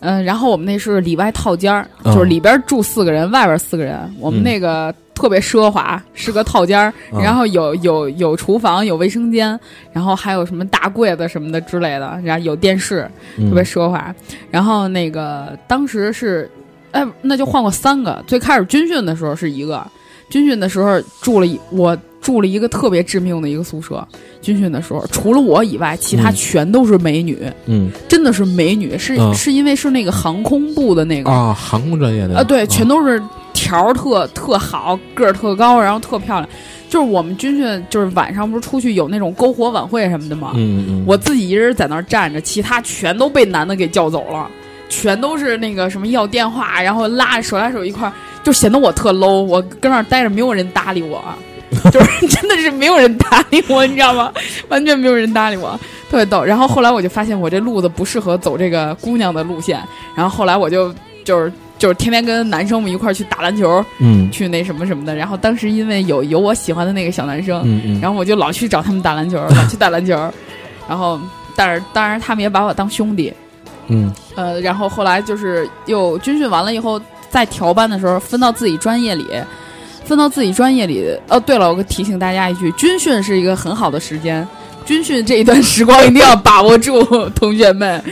嗯，然后我们那是里外套间儿，嗯就是里边住四个人，外边四个人。我们嗯那个特别奢华，是个套间儿，嗯然后有有有厨房，有卫生间，然后还有什么大柜子什么的之类的，然后有电视，嗯特别奢华。然后那个当时是，哎，那就换过三个。最开始军训的时候是一个，军训的时候住了一我住了一个特别致命的一个宿舍。军训的时候，除了我以外，其他嗯全都是美女，嗯真的是美女，是、嗯是因为是那个航空部的那个啊，航空专业的嗯啊，对，全都都是条儿特特好，个儿特高，然后特漂亮。就是我们军训，就是晚上不是出去有那种篝火晚会什么的吗？嗯嗯，我自己一人在那儿站着，其他全都被男的给叫走了，全都是那个什么要电话，然后拉着手拉手一块儿，就显得我特 low。我跟那儿待着，没有人搭理我，啊 就是真的是没有人搭理我，你知道吗？完全没有人搭理我，特别逗。然后后来我就发现我这路子不适合走这个姑娘的路线，然后后来我就就是。就是天天跟男生们一块儿去打篮球，嗯去那什么什么的。然后当时因为有有我喜欢的那个小男生，嗯嗯，然后我就老去找他们打篮球，老去打篮球，然后但是当然他们也把我当兄弟，嗯呃，然后后来就是又军训完了以后，在调班的时候分到自己专业里，呃分到自己专业里。哦，对了，我提醒大家一句，军训是一个很好的时间。军训这一段时光一定要把握住，同学们，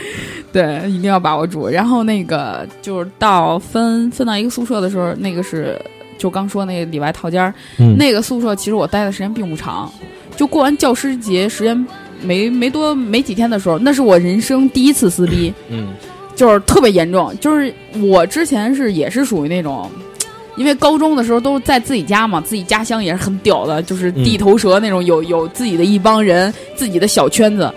对，一定要把握住。然后那个就是到分分到一个宿舍的时候，那个是就刚说那个里外套间儿，嗯那个宿舍其实我待的时间并不长，就过完教师节时间没没多没几天的时候，那是我人生第一次撕逼。嗯就是特别严重。就是我之前是也是属于那种，因为高中的时候都是在自己家嘛，自己家乡也是很屌的，就是地头蛇那种，有有自己的一帮人，自己的小圈子。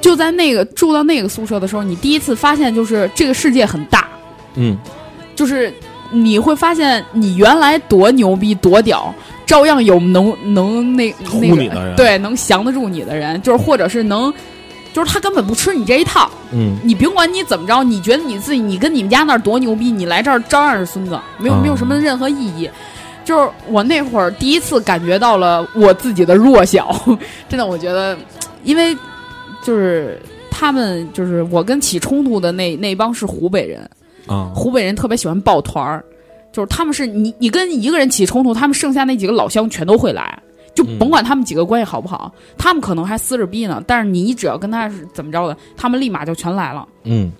就在那个住到那个宿舍的时候，你第一次发现就是这个世界很大，嗯就是你会发现你原来多牛逼多屌，照样有能能那唬那个你的人对能降得住你的人，就是或者是能，就是他根本不吃你这一套，嗯你甭管你怎么着，你觉得你自己，你跟你们家那儿多牛逼，你来这儿照样是孙子，没有、嗯没有什么任何意义。就是我那会儿第一次感觉到了我自己的弱小， 真的，我觉得，因为就是他们就是我跟起冲突的那那帮是湖北人，啊湖北人特别喜欢抱团儿，就是他们是你你跟一个人起冲突，他们剩下那几个老乡全都会来，就嗯甭管他们几个关系好不好，他们可能还撕着逼呢，但是你只要跟他是怎么着的，他们立马就全来了。嗯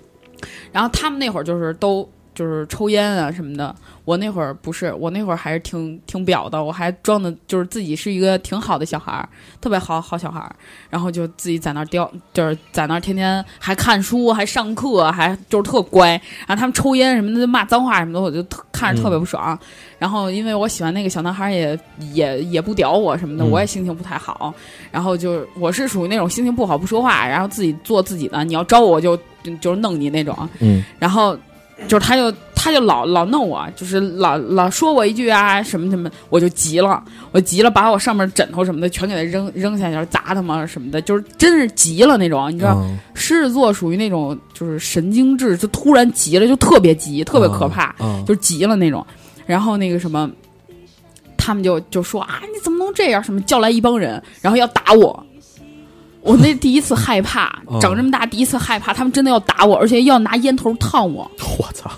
然后他们那会儿就是都就是抽烟啊什么的，我那会儿不是，我那会儿还是挺挺表的，我还装的就是自己是一个挺好的小孩儿，特别好好小孩儿，然后就自己在那儿叼，就是在那儿天天还看书，啊还上课，还就是特乖。然后他们抽烟什么的，就骂脏话什么的，我就特看着特别不爽。然后因为我喜欢那个小男孩也，也也不屌我什么的，嗯我也心情不太好。然后就我是属于那种心情不好不说话，然后自己做自己的，你要招我就就就是弄你那种。嗯然后就是他就他就老老弄我，就是老老说我一句啊什么什么，我就急了，我急了，把我上面枕头什么的全给他扔扔下去，砸他妈什么的，就是真是急了那种。你知道，嗯狮子座属于那种就是神经质，就突然急了，就特别急，特别可怕，嗯就急了那种。然后那个什么，他们就就说啊，你怎么能这样？什么叫来一帮人，然后要打我。我那第一次害怕哦，长这么大第一次害怕，他们真的要打我，而且要拿烟头烫我，我操，？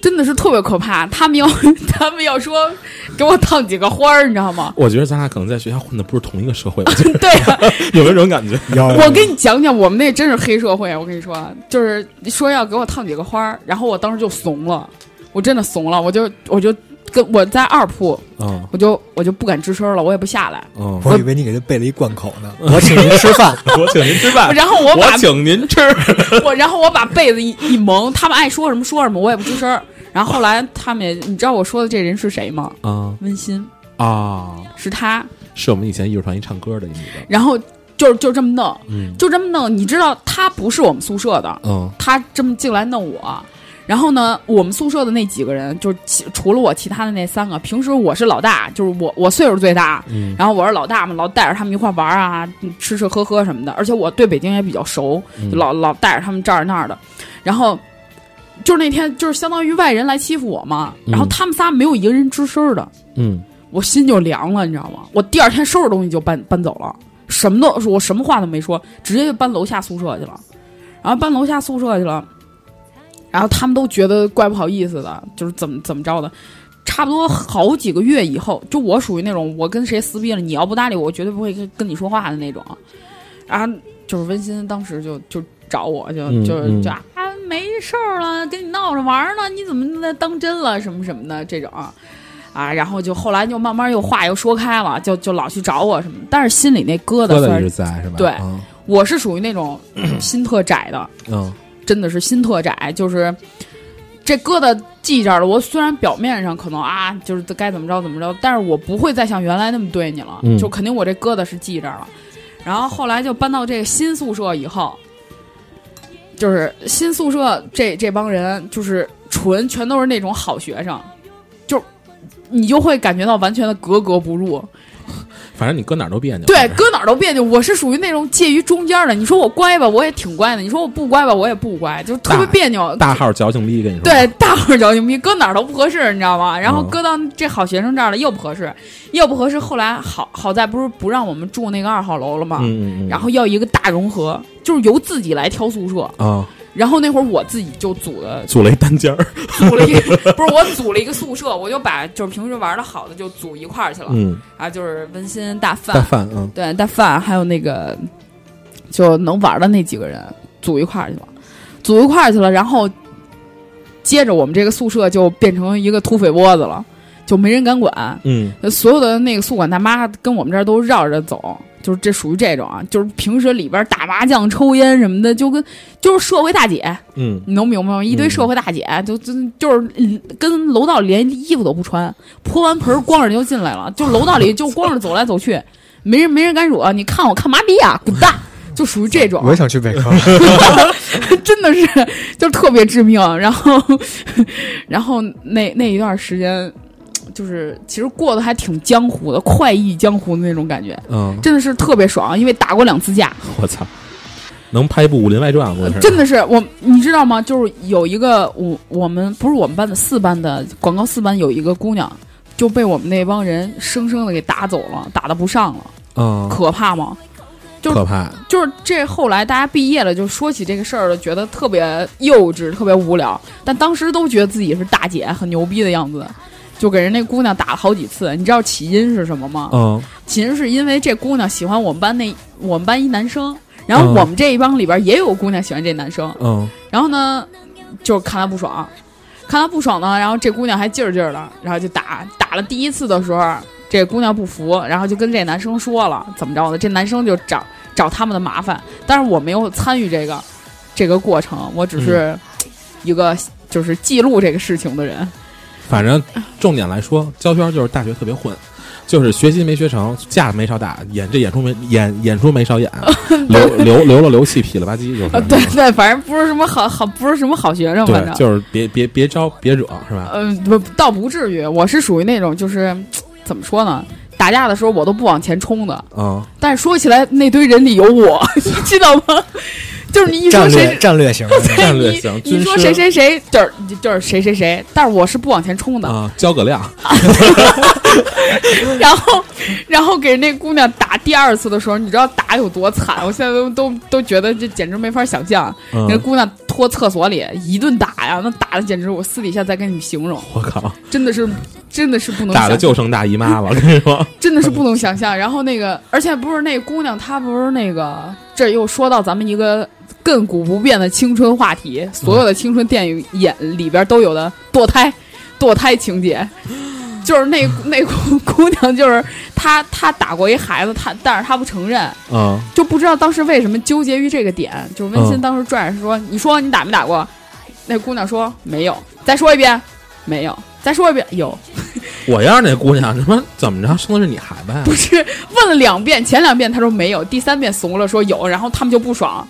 真的是特别可怕。他们要他们要说给我烫几个花儿，你知道吗 我觉得咱俩可能在学校混的不是同一个社 会，我觉得对呀、有没有这种感觉？要我给你讲讲，我们那真是黑社会。我跟你说，就是说要给我烫几个花儿，然后我当时就怂了，我真的怂了，我就我就跟我在二铺，嗯我就我就不敢吱声了，我也不下来。嗯，我以为你给他备了一贯口呢。我请您吃 饭， 我请您吃 饭，然后我把啊我请您吃，我然后我把被子一一蒙，他们爱说什么说什么，我也不吱声儿。然后后来他们也，你知道我说的这人是谁吗？嗯温馨啊，是他。是我们以前艺术团一唱歌的一女的，然后就就这么弄，嗯就这么弄。你知道他不是我们宿舍的，嗯他这么进来弄我。然后呢，我们宿舍的那几个人，就是其除了我，其他的那三个，平时我是老大，就是我我岁数最大，嗯然后我是老大嘛，老带着他们一块玩啊，吃吃喝喝什么的。而且我对北京也比较熟，嗯就老老带着他们这儿那儿的。然后就是那天，就是相当于外人来欺负我嘛。然后嗯他们仨没有一个人吱声儿的，嗯我心就凉了，你知道吗？我第二天收拾东西就搬搬走了，什么都我什么话都没说，直接就搬楼下宿舍去了。然后搬楼下宿舍去了，然后他们都觉得怪不好意思的，就是怎么怎么着的。差不多好几个月以后，就我属于那种我跟谁撕逼了，你要不搭理我，我绝对不会跟跟你说话的那种。然后就是温馨当时就就找我，就嗯就嗯就啊没事儿了，跟你闹着玩儿呢，你怎么那当真了什么什么的这种啊。啊，然后就后来就慢慢又话又说开了，就就老去找我什么，但是心里那疙瘩歌的虽一直然在是吧？对嗯我是属于那 种心特窄的，嗯真的是心特窄，就是这疙瘩记这儿了。我虽然表面上可能啊，就是该怎么着怎么着，但是我不会再像原来那么对你了，嗯就肯定我这疙瘩是记这儿了。然后后来就搬到这个新宿舍以后，就是新宿舍这这帮人就是纯全都是那种好学生，就你就会感觉到完全的格格不入。反正你搁哪儿都别扭。对反，正搁哪儿都别扭。我是属于那种介于中间的。你说我乖吧，我也挺乖的；你说我不乖吧，我也不乖，就特别大别扭。大号矫情逼，跟你说。对，大伙儿矫情逼，搁哪儿都不合适，你知道吗？然后嗯搁到这好学生这儿了又不合适，又不合适。后来好好在不是不让我们住那个二号楼了吗？嗯，嗯嗯嗯。然后要一个大融合，就是由自己来挑宿舍。啊，然后那会儿我自己就组的组了一单间儿。组了一个 不是我组了一个宿舍，我就把就是平时玩的好的就组一块儿去了、嗯，啊，就是温馨大饭大饭嗯对，大范还有那个就能玩的那几个人组一块儿去了，组一块儿去了，然后接着我们这个宿舍就变成一个土匪窝子了，就没人敢管。嗯，所有的那个宿管大妈跟我们这儿都绕着走，就是这属于这种啊，就是平时里边打麻将、抽烟什么的，就跟就是社会大姐，嗯，你能明白吗？一堆社会大姐，就就就是嗯跟楼道里连衣服都不穿，泼完盆儿光着就进来了，就楼道里就光着走来走去，没人没人敢惹，你看我看麻痹呀、滚蛋！就属于这种，我也想去北科，真的是就是特别致命。然后， 然后那那一段时间，就是其实过得还挺江湖的，快意江湖的那种感觉，嗯，真的是特别爽。因为打过两次架，我操，能拍一部《武林外传》啊，我是真的是我，你知道吗？就是有一个我我们不是我们班的四班的广告四班有一个姑娘。就被我们那帮人生生的给打走了，打的不上了，嗯，可怕吗？就是可怕，就是这后来大家毕业了，就说起这个事儿了，觉得特别幼稚，特别无聊。但当时都觉得自己是大姐，很牛逼的样子，就给人那姑娘打了好几次。你知道起因是什么吗？嗯起因是因为这姑娘喜欢我们班那我们班一男生，然后我们这一帮里边也有姑娘喜欢这男生，嗯然后呢，就是看他不爽，看他不爽呢，然后这姑娘还劲儿劲儿的，然后就打，打了第一次的时候，这姑娘不服，然后就跟这男生说了，怎么着的，这男生就找找他们的麻烦，但是我没有参与这个这个过程，我只是一个就是记录这个事情的人，反正重点来说，焦圈就是大学特别混，就是学习没学成，架没少打，演这演出没演演出没少演， 流流流了流气，痞了吧唧，就是、呃， 对对，反正不是什么好好，不是什么好学生，反嗯对，正。就是别别别招别惹，是吧？嗯，不，倒不至于。我是属于那种，就是怎么说呢？打架的时候我都不往前冲的，嗯，但是说起来，那堆人里有我， 你知道吗？就是你一说战谁略，战略型的 那 种战略你型你军说师谁谁谁，就是就是谁谁谁，但是我是不往前冲的。啊，交葛亮， 然后，然后给那姑娘打第二次的时候，你知道打有多惨？我现在都都都觉得这简直没法想象。那嗯，姑娘拖厕所里一顿打呀，那打的简直我私底下再跟你们形容，我靠，真的是真的是不能打想的象就剩大姨妈了，我跟你 说，真的是不能想象。然后那个，而且不是那姑娘，她不是那个，这又说到咱们一个亘古不变的青春话题，所有的青春电影演里边都有的堕胎，堕胎情节。就是那那姑姑娘，就是她，她打过一孩子，她但是她不承认，嗯，就不知道当时为什么纠结于这个点。就是温馨嗯当时拽着说：“你说你打没打过？”那姑娘说：“没有。”再说一遍，没有。再说一遍，有。我要是那姑娘，他妈怎么着生的是你孩子呀不？是问了两遍，前两遍他说没有，第三遍怂了说有，然后他们就不爽。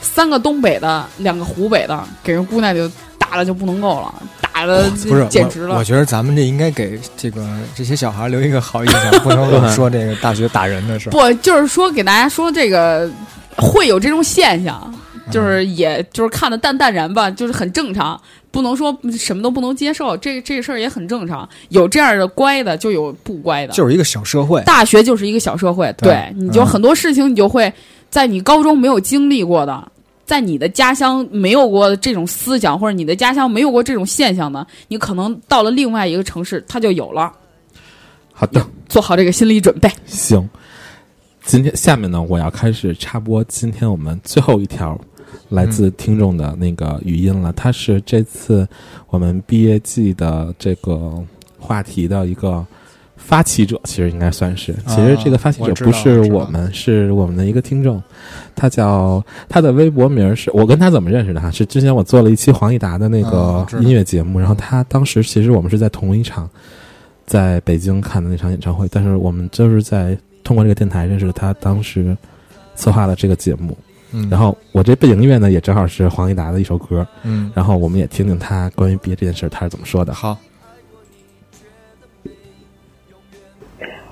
三个东北的，两个湖北的，给人姑娘就打了就不能够了，打了不是，简直我了我。觉得咱们这应该给这个这些小孩留一个好印象，不能老说这个大学打人的事儿。不，就是说给大家说这个会有这种现象，就是也就是看的淡淡然吧，就是很正常，不能说什么都不能接受，这这事儿也很正常。有这样的乖的，就有不乖的，就是一个小社哎会，大学就是一个小社会，对对，你就嗯很多事情你就会在你高中没有经历过的，在你的家乡没有过这种思想，或者你的家乡没有过这种现象的，你可能到了另外一个城市，它就有了。好的，做好这个心理准备。行，今天下面呢，我要开始插播今天我们最后一条嗯来自听众的那个语音了，它是这次我们毕业季的这个话题的一个。发起者其实应该算是，其实这个发起者啊我知不道是我知道我们，是我们的一个听众，他叫他的微博名是我跟他怎么认识的哈？是之前我做了一期黄义达的那嗯个我知道音乐节目，然后他当时其实我们是在同一场在北京看的那场演唱会，但是我们就是在通过这个电台认识了他当时策划的这个节目。嗯，然后我这背景音乐呢也正好是黄义达的一首歌，嗯，然后我们也听听他关于毕业这件事儿他是怎么说的。好，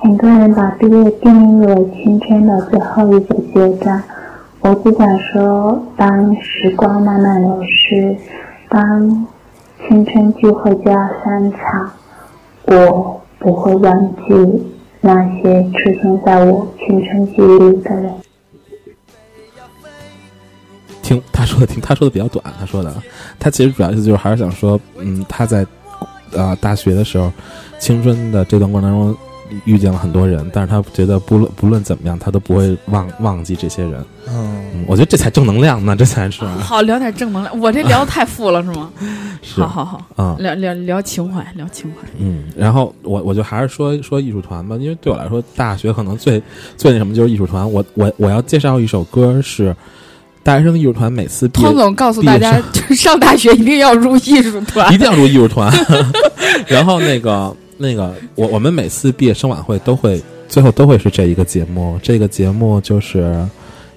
很多人把毕业定义为青春的最后一个阶段，我只想说，当时光慢慢流逝，当青春聚会就要散场，我不会忘记那些出现在我青春记忆里的人。听他说的挺，他说的比较短，他说的，啊他其实主要意思就是还是想说，嗯，他在呃大学的时候，青春的这段过程当中，遇见了很多人，但是他觉得不论不论怎么样，他都不会忘忘记这些人。嗯，嗯，我觉得这才正能量呢，这才是啊好，聊点正能量。我这聊太富了是吗？ 是好好好，啊，聊聊聊情怀，聊情怀。嗯，然后我我就还是说说艺术团吧，因为对我来说，大学可能最最那什么就是艺术团。我我我要介绍一首歌是大学生艺术团每次毕业汤总告诉大家，就是上大学一定要入艺术团一。定要入艺术 团， 然后那个那个我我们每次毕业生晚会都会最后都会是这一个节目，这个节目就是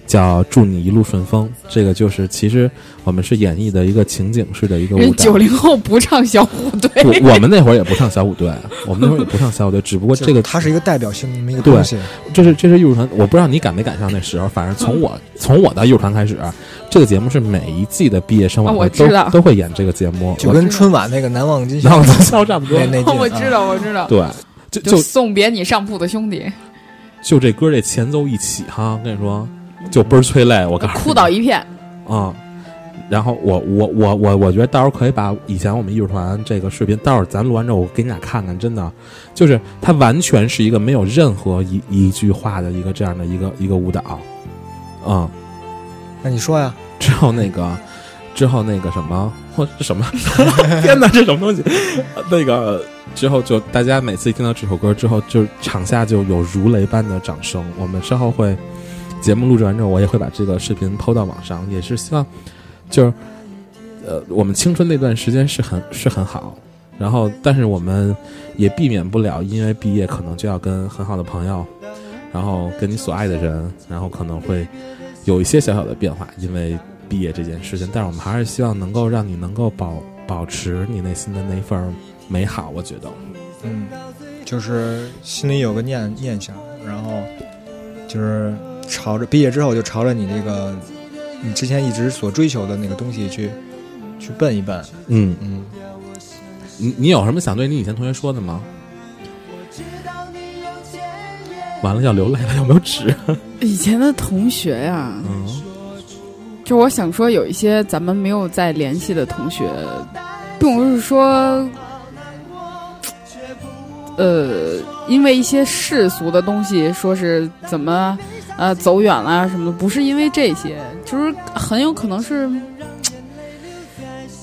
叫“祝你一路顺风”，这个就是其实我们是演绎的一个情景式的一个舞人蹈九。零后不唱小虎队，我我们那会儿也不上小虎队，我们那会儿也不上小虎队，只不过这个它是一个代表性的那么一个对东西，这是这是艺术团，我不知道你赶没赶上那时候，反正从嗯我从我到艺术团开始，这个节目是每一季的毕业生晚啊我会知都、道都会演这个节目，就我跟春晚那个难忘今宵然后笑差不多那，那劲 儿我啊知道，我知道。对，就啊就就送别你上铺的兄弟，就这歌这前奏一起哈，我跟你说就倍儿催泪，我告诉你哭倒一片。啊、然后我我我我我觉得到时候可以把以前我们艺术团这个视频，到时候咱录完之后我给你俩看看，真的就是它完全是一个没有任何一一句话的一个这样的一个一个舞蹈，啊、那你说呀？之后那个，之后那个什么，我这什么？ 天哪，这什么东西？那个之后就大家每次一听到这首歌之后，就场下就有如雷般的掌声。我们稍后会节目录制完之后，我也会把这个视频抛到网上，也是希望就是呃，我们青春那段时间是很是很好。然后，但是我们也避免不了，因为毕业可能就要跟很好的朋友，然后跟你所爱的人，然后可能会有一些小小的变化，因为毕业这件事情，但是我们还是希望能够让你能够保保持你内心的那份儿美好。我觉得，嗯，就是心里有个念念想，然后就是朝着毕业之后就朝着你这个你之前一直所追求的那个东西去去奔一奔。嗯，嗯，你你有什么想对你以前同学说的吗？完了要流泪了，有没有纸？以前的同学呀、嗯就我想说，呃有一些咱们没有再联系的同学，并不是说，呃，因为一些世俗的东西，说是怎么呃走远了啊什么的，不是因为这些，就是很有可能是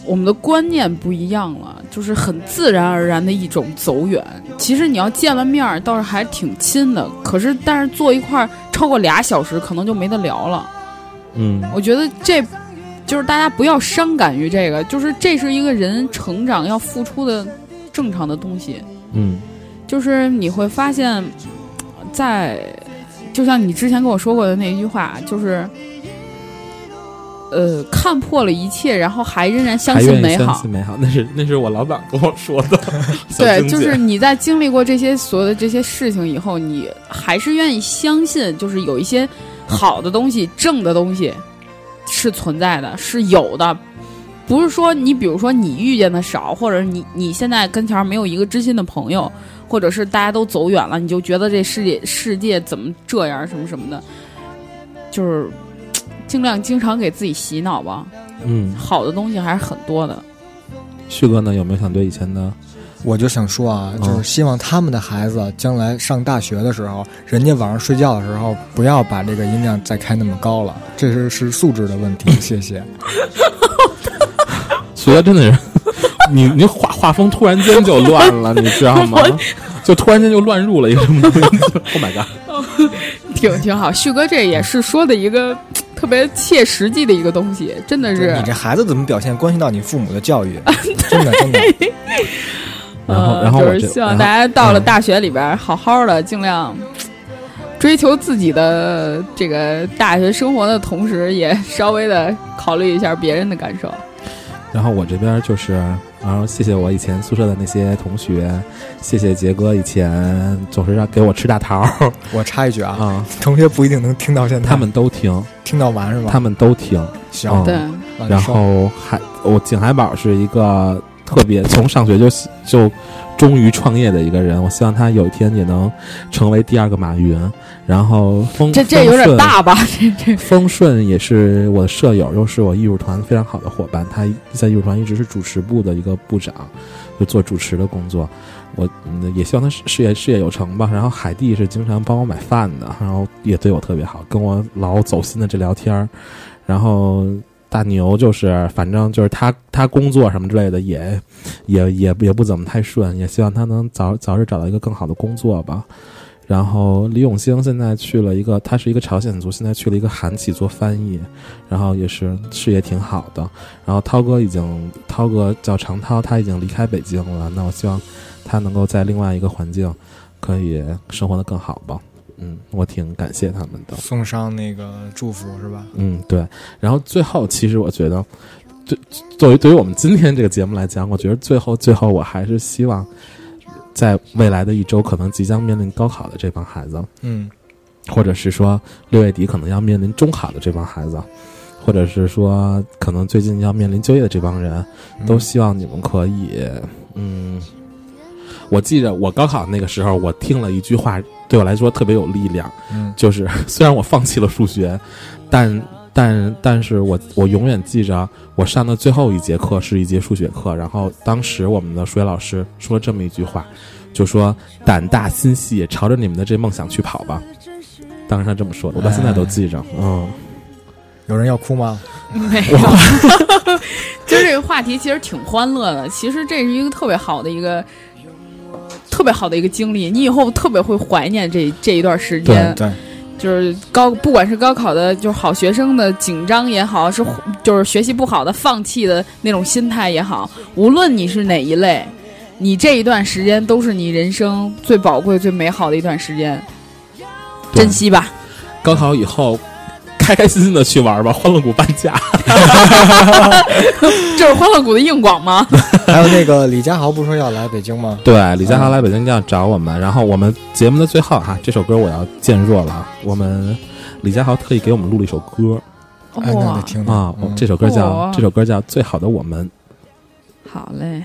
我们的观念不一样了，就是很自然而然的一种走远。其实你要见了面儿，倒是还挺亲的，可是但是坐一块儿超过俩小时，可能就没得聊了。嗯我觉得这就是大家不要伤感于这个，就是这是一个人成长要付出的正常的东西。嗯就是你会发现，在就像你之前跟我说过的那一句话，就是呃，看破了一切，然后还仍然相还愿信意美相好信。美好，那是那是我老板跟我说 的。小对，晶姐就是你在经历过这些所有的这些事情以后，你还是愿意相信，就是有一些好的东西、正的东西是存在的，是有的。不是说你，比如说你遇见的少，或者你你现在跟前儿没有一个知心的朋友，或者是大家都走远了，你就觉得这世界世界怎么这样什么什么的，就是嘖尽量经常给自己洗脑吧。嗯，好的东西还是很多的。旭哥呢有没有想对以前的？我就想说啊，嗯就是希望他们的孩子将来上大学的时候，人家晚上睡觉的时候，不要把这个音量再开那么高了，这是是素质的问 题。谢谢。学哥真的是， 你你画画风突然间就乱了，你知道 吗？就突然间就乱入了一个什么东西？Oh my god！挺挺好，旭哥这也是说的一个特别切实际的一个东西，真的是你这孩子怎么表现，关系到你父母的教 育，真的真的。然后呃然后我就是这希望然后大家到了嗯大学里边儿，好好的，尽量追求自己的这个大学生活的同时，也稍微的考虑一下别人的感受。哦然后我这边就是，然后谢谢我以前宿舍的那些同学，谢谢杰哥以前总是让给我吃大桃儿我插一句啊，啊，同学不一定能听到现 在，他们都听，听到完是吧？他们都听。行，嗯对，那你然说后还我景海堡是一个特别从上学就就忠于创业的一个人。我希望他有一天也能成为第二个马云。然后风这这有点大吧？ 这这风顺也是我的舍友，又是我艺术团非常好的伙伴。他在艺术团一直是主持部的一个部长，就做主持的工作。我嗯也希望他事事业事业有成吧。然后海蒂是经常帮我买饭的，然后也对我特别好，跟我老走心的这聊天儿。然后大牛就是，反正就是他他工作什么之类的也也也也不怎么太顺，也希望他能早早日找到一个更好的工作吧。然后李永兴现在去了一个，他是一个朝鲜族，现在去了一个韩企做翻译，然后也是事业挺好的。然后涛哥已经，涛哥叫常涛，他已经离开北京了。那我希望他能够在另外一个环境，可以生活的更好吧。嗯，我挺感谢他们的。送上那个祝福是吧？嗯，对。然后最后，其实我觉得，对作为对于我们今天这个节目来讲，我觉得最后最后，我还是希望，在未来的一周，可能即将面临高考的这帮孩子，嗯，或者是说六月底可能要面临中考的这帮孩子，或者是说可能最近要面临就业的这帮人，都嗯希望你们可以，嗯，我记着我高考那个时候，我听了一句话，对我来说特别有力量。嗯就是 虽然我放弃了数学，但但但是我我永远记着我上的最后一节课是一节数学课，然后当时我们的数学老师说了这么一句话，就说胆大心细，朝着你们的这梦想去跑吧。当时他这么说的，我到现在都记着。嗯，有人要哭吗？没有。 就是这个话题其实挺欢乐的，其实这是一个特别好的一个。特别好的一个经历，你以后特别会怀念这这一段时间。对，就是高，不管是高考的，就是好学生的紧张也好，是就是学习不好的放弃的那种心态也好，无论你是哪一类，你这一段时间都是你人生最宝贵、最美好的一段时间，对珍惜吧。高考以后。开开心心的去玩吧，欢乐谷半价。这是欢乐谷的硬广吗？还有那个李佳豪不是说要来北京吗？对，李嗯佳豪来北京一定要找我们。然后我们节目的最后哈，这首歌我要渐弱了啊。我们李佳豪特意给我们录了一首歌，哎，那哦哇得听听啊，嗯这首歌叫、哇这首歌叫《最好的我们》。好嘞，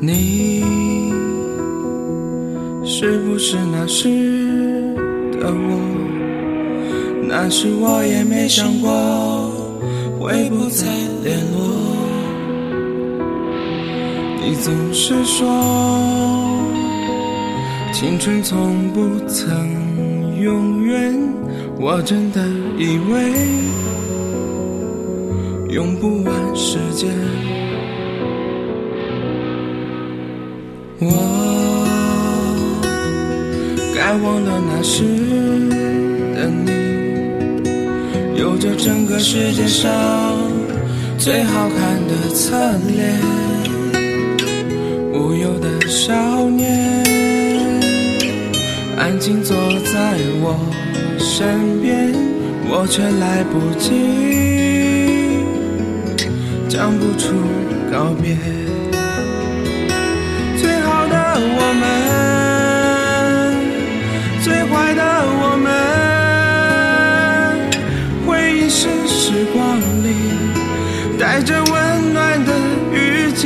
你是不是那时的我？那时我也没想过会不再联络。你总是说青春从不曾永远，我真的以为用不完时间。我该忘了那时的你，有着整个世界上最好看的侧脸，无忧的少年，安静坐在我身边，我却来不及讲不出告别。最好的我们，最坏的我们，回忆是时光里带着温暖的雨季，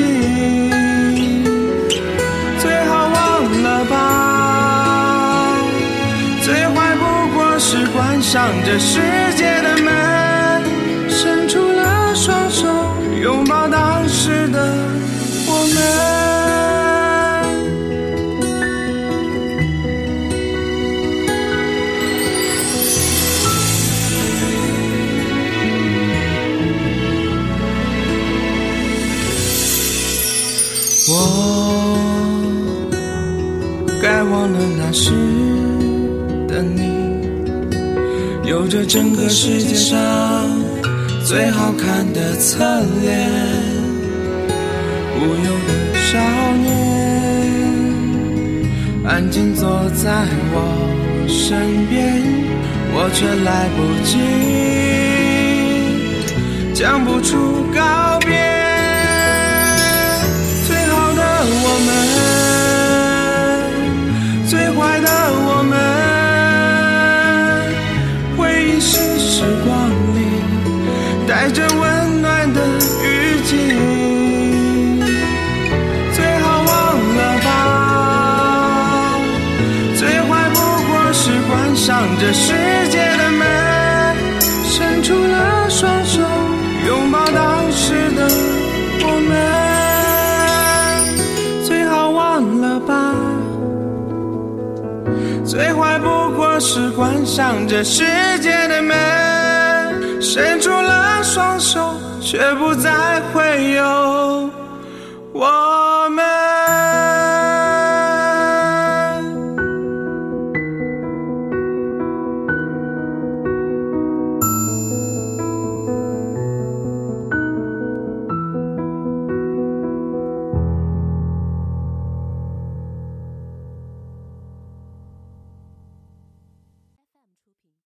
最好忘了吧，最坏不过是关上这世界的门，伸出了双手，拥抱当时的我们。我该忘了那时的你，有着整个世界上最好看的侧脸，无忧的少年，安静坐在我身边，我却来不及讲不出告别。最好最坏不过是关上这世界的门，伸出了双手，却不再会有我。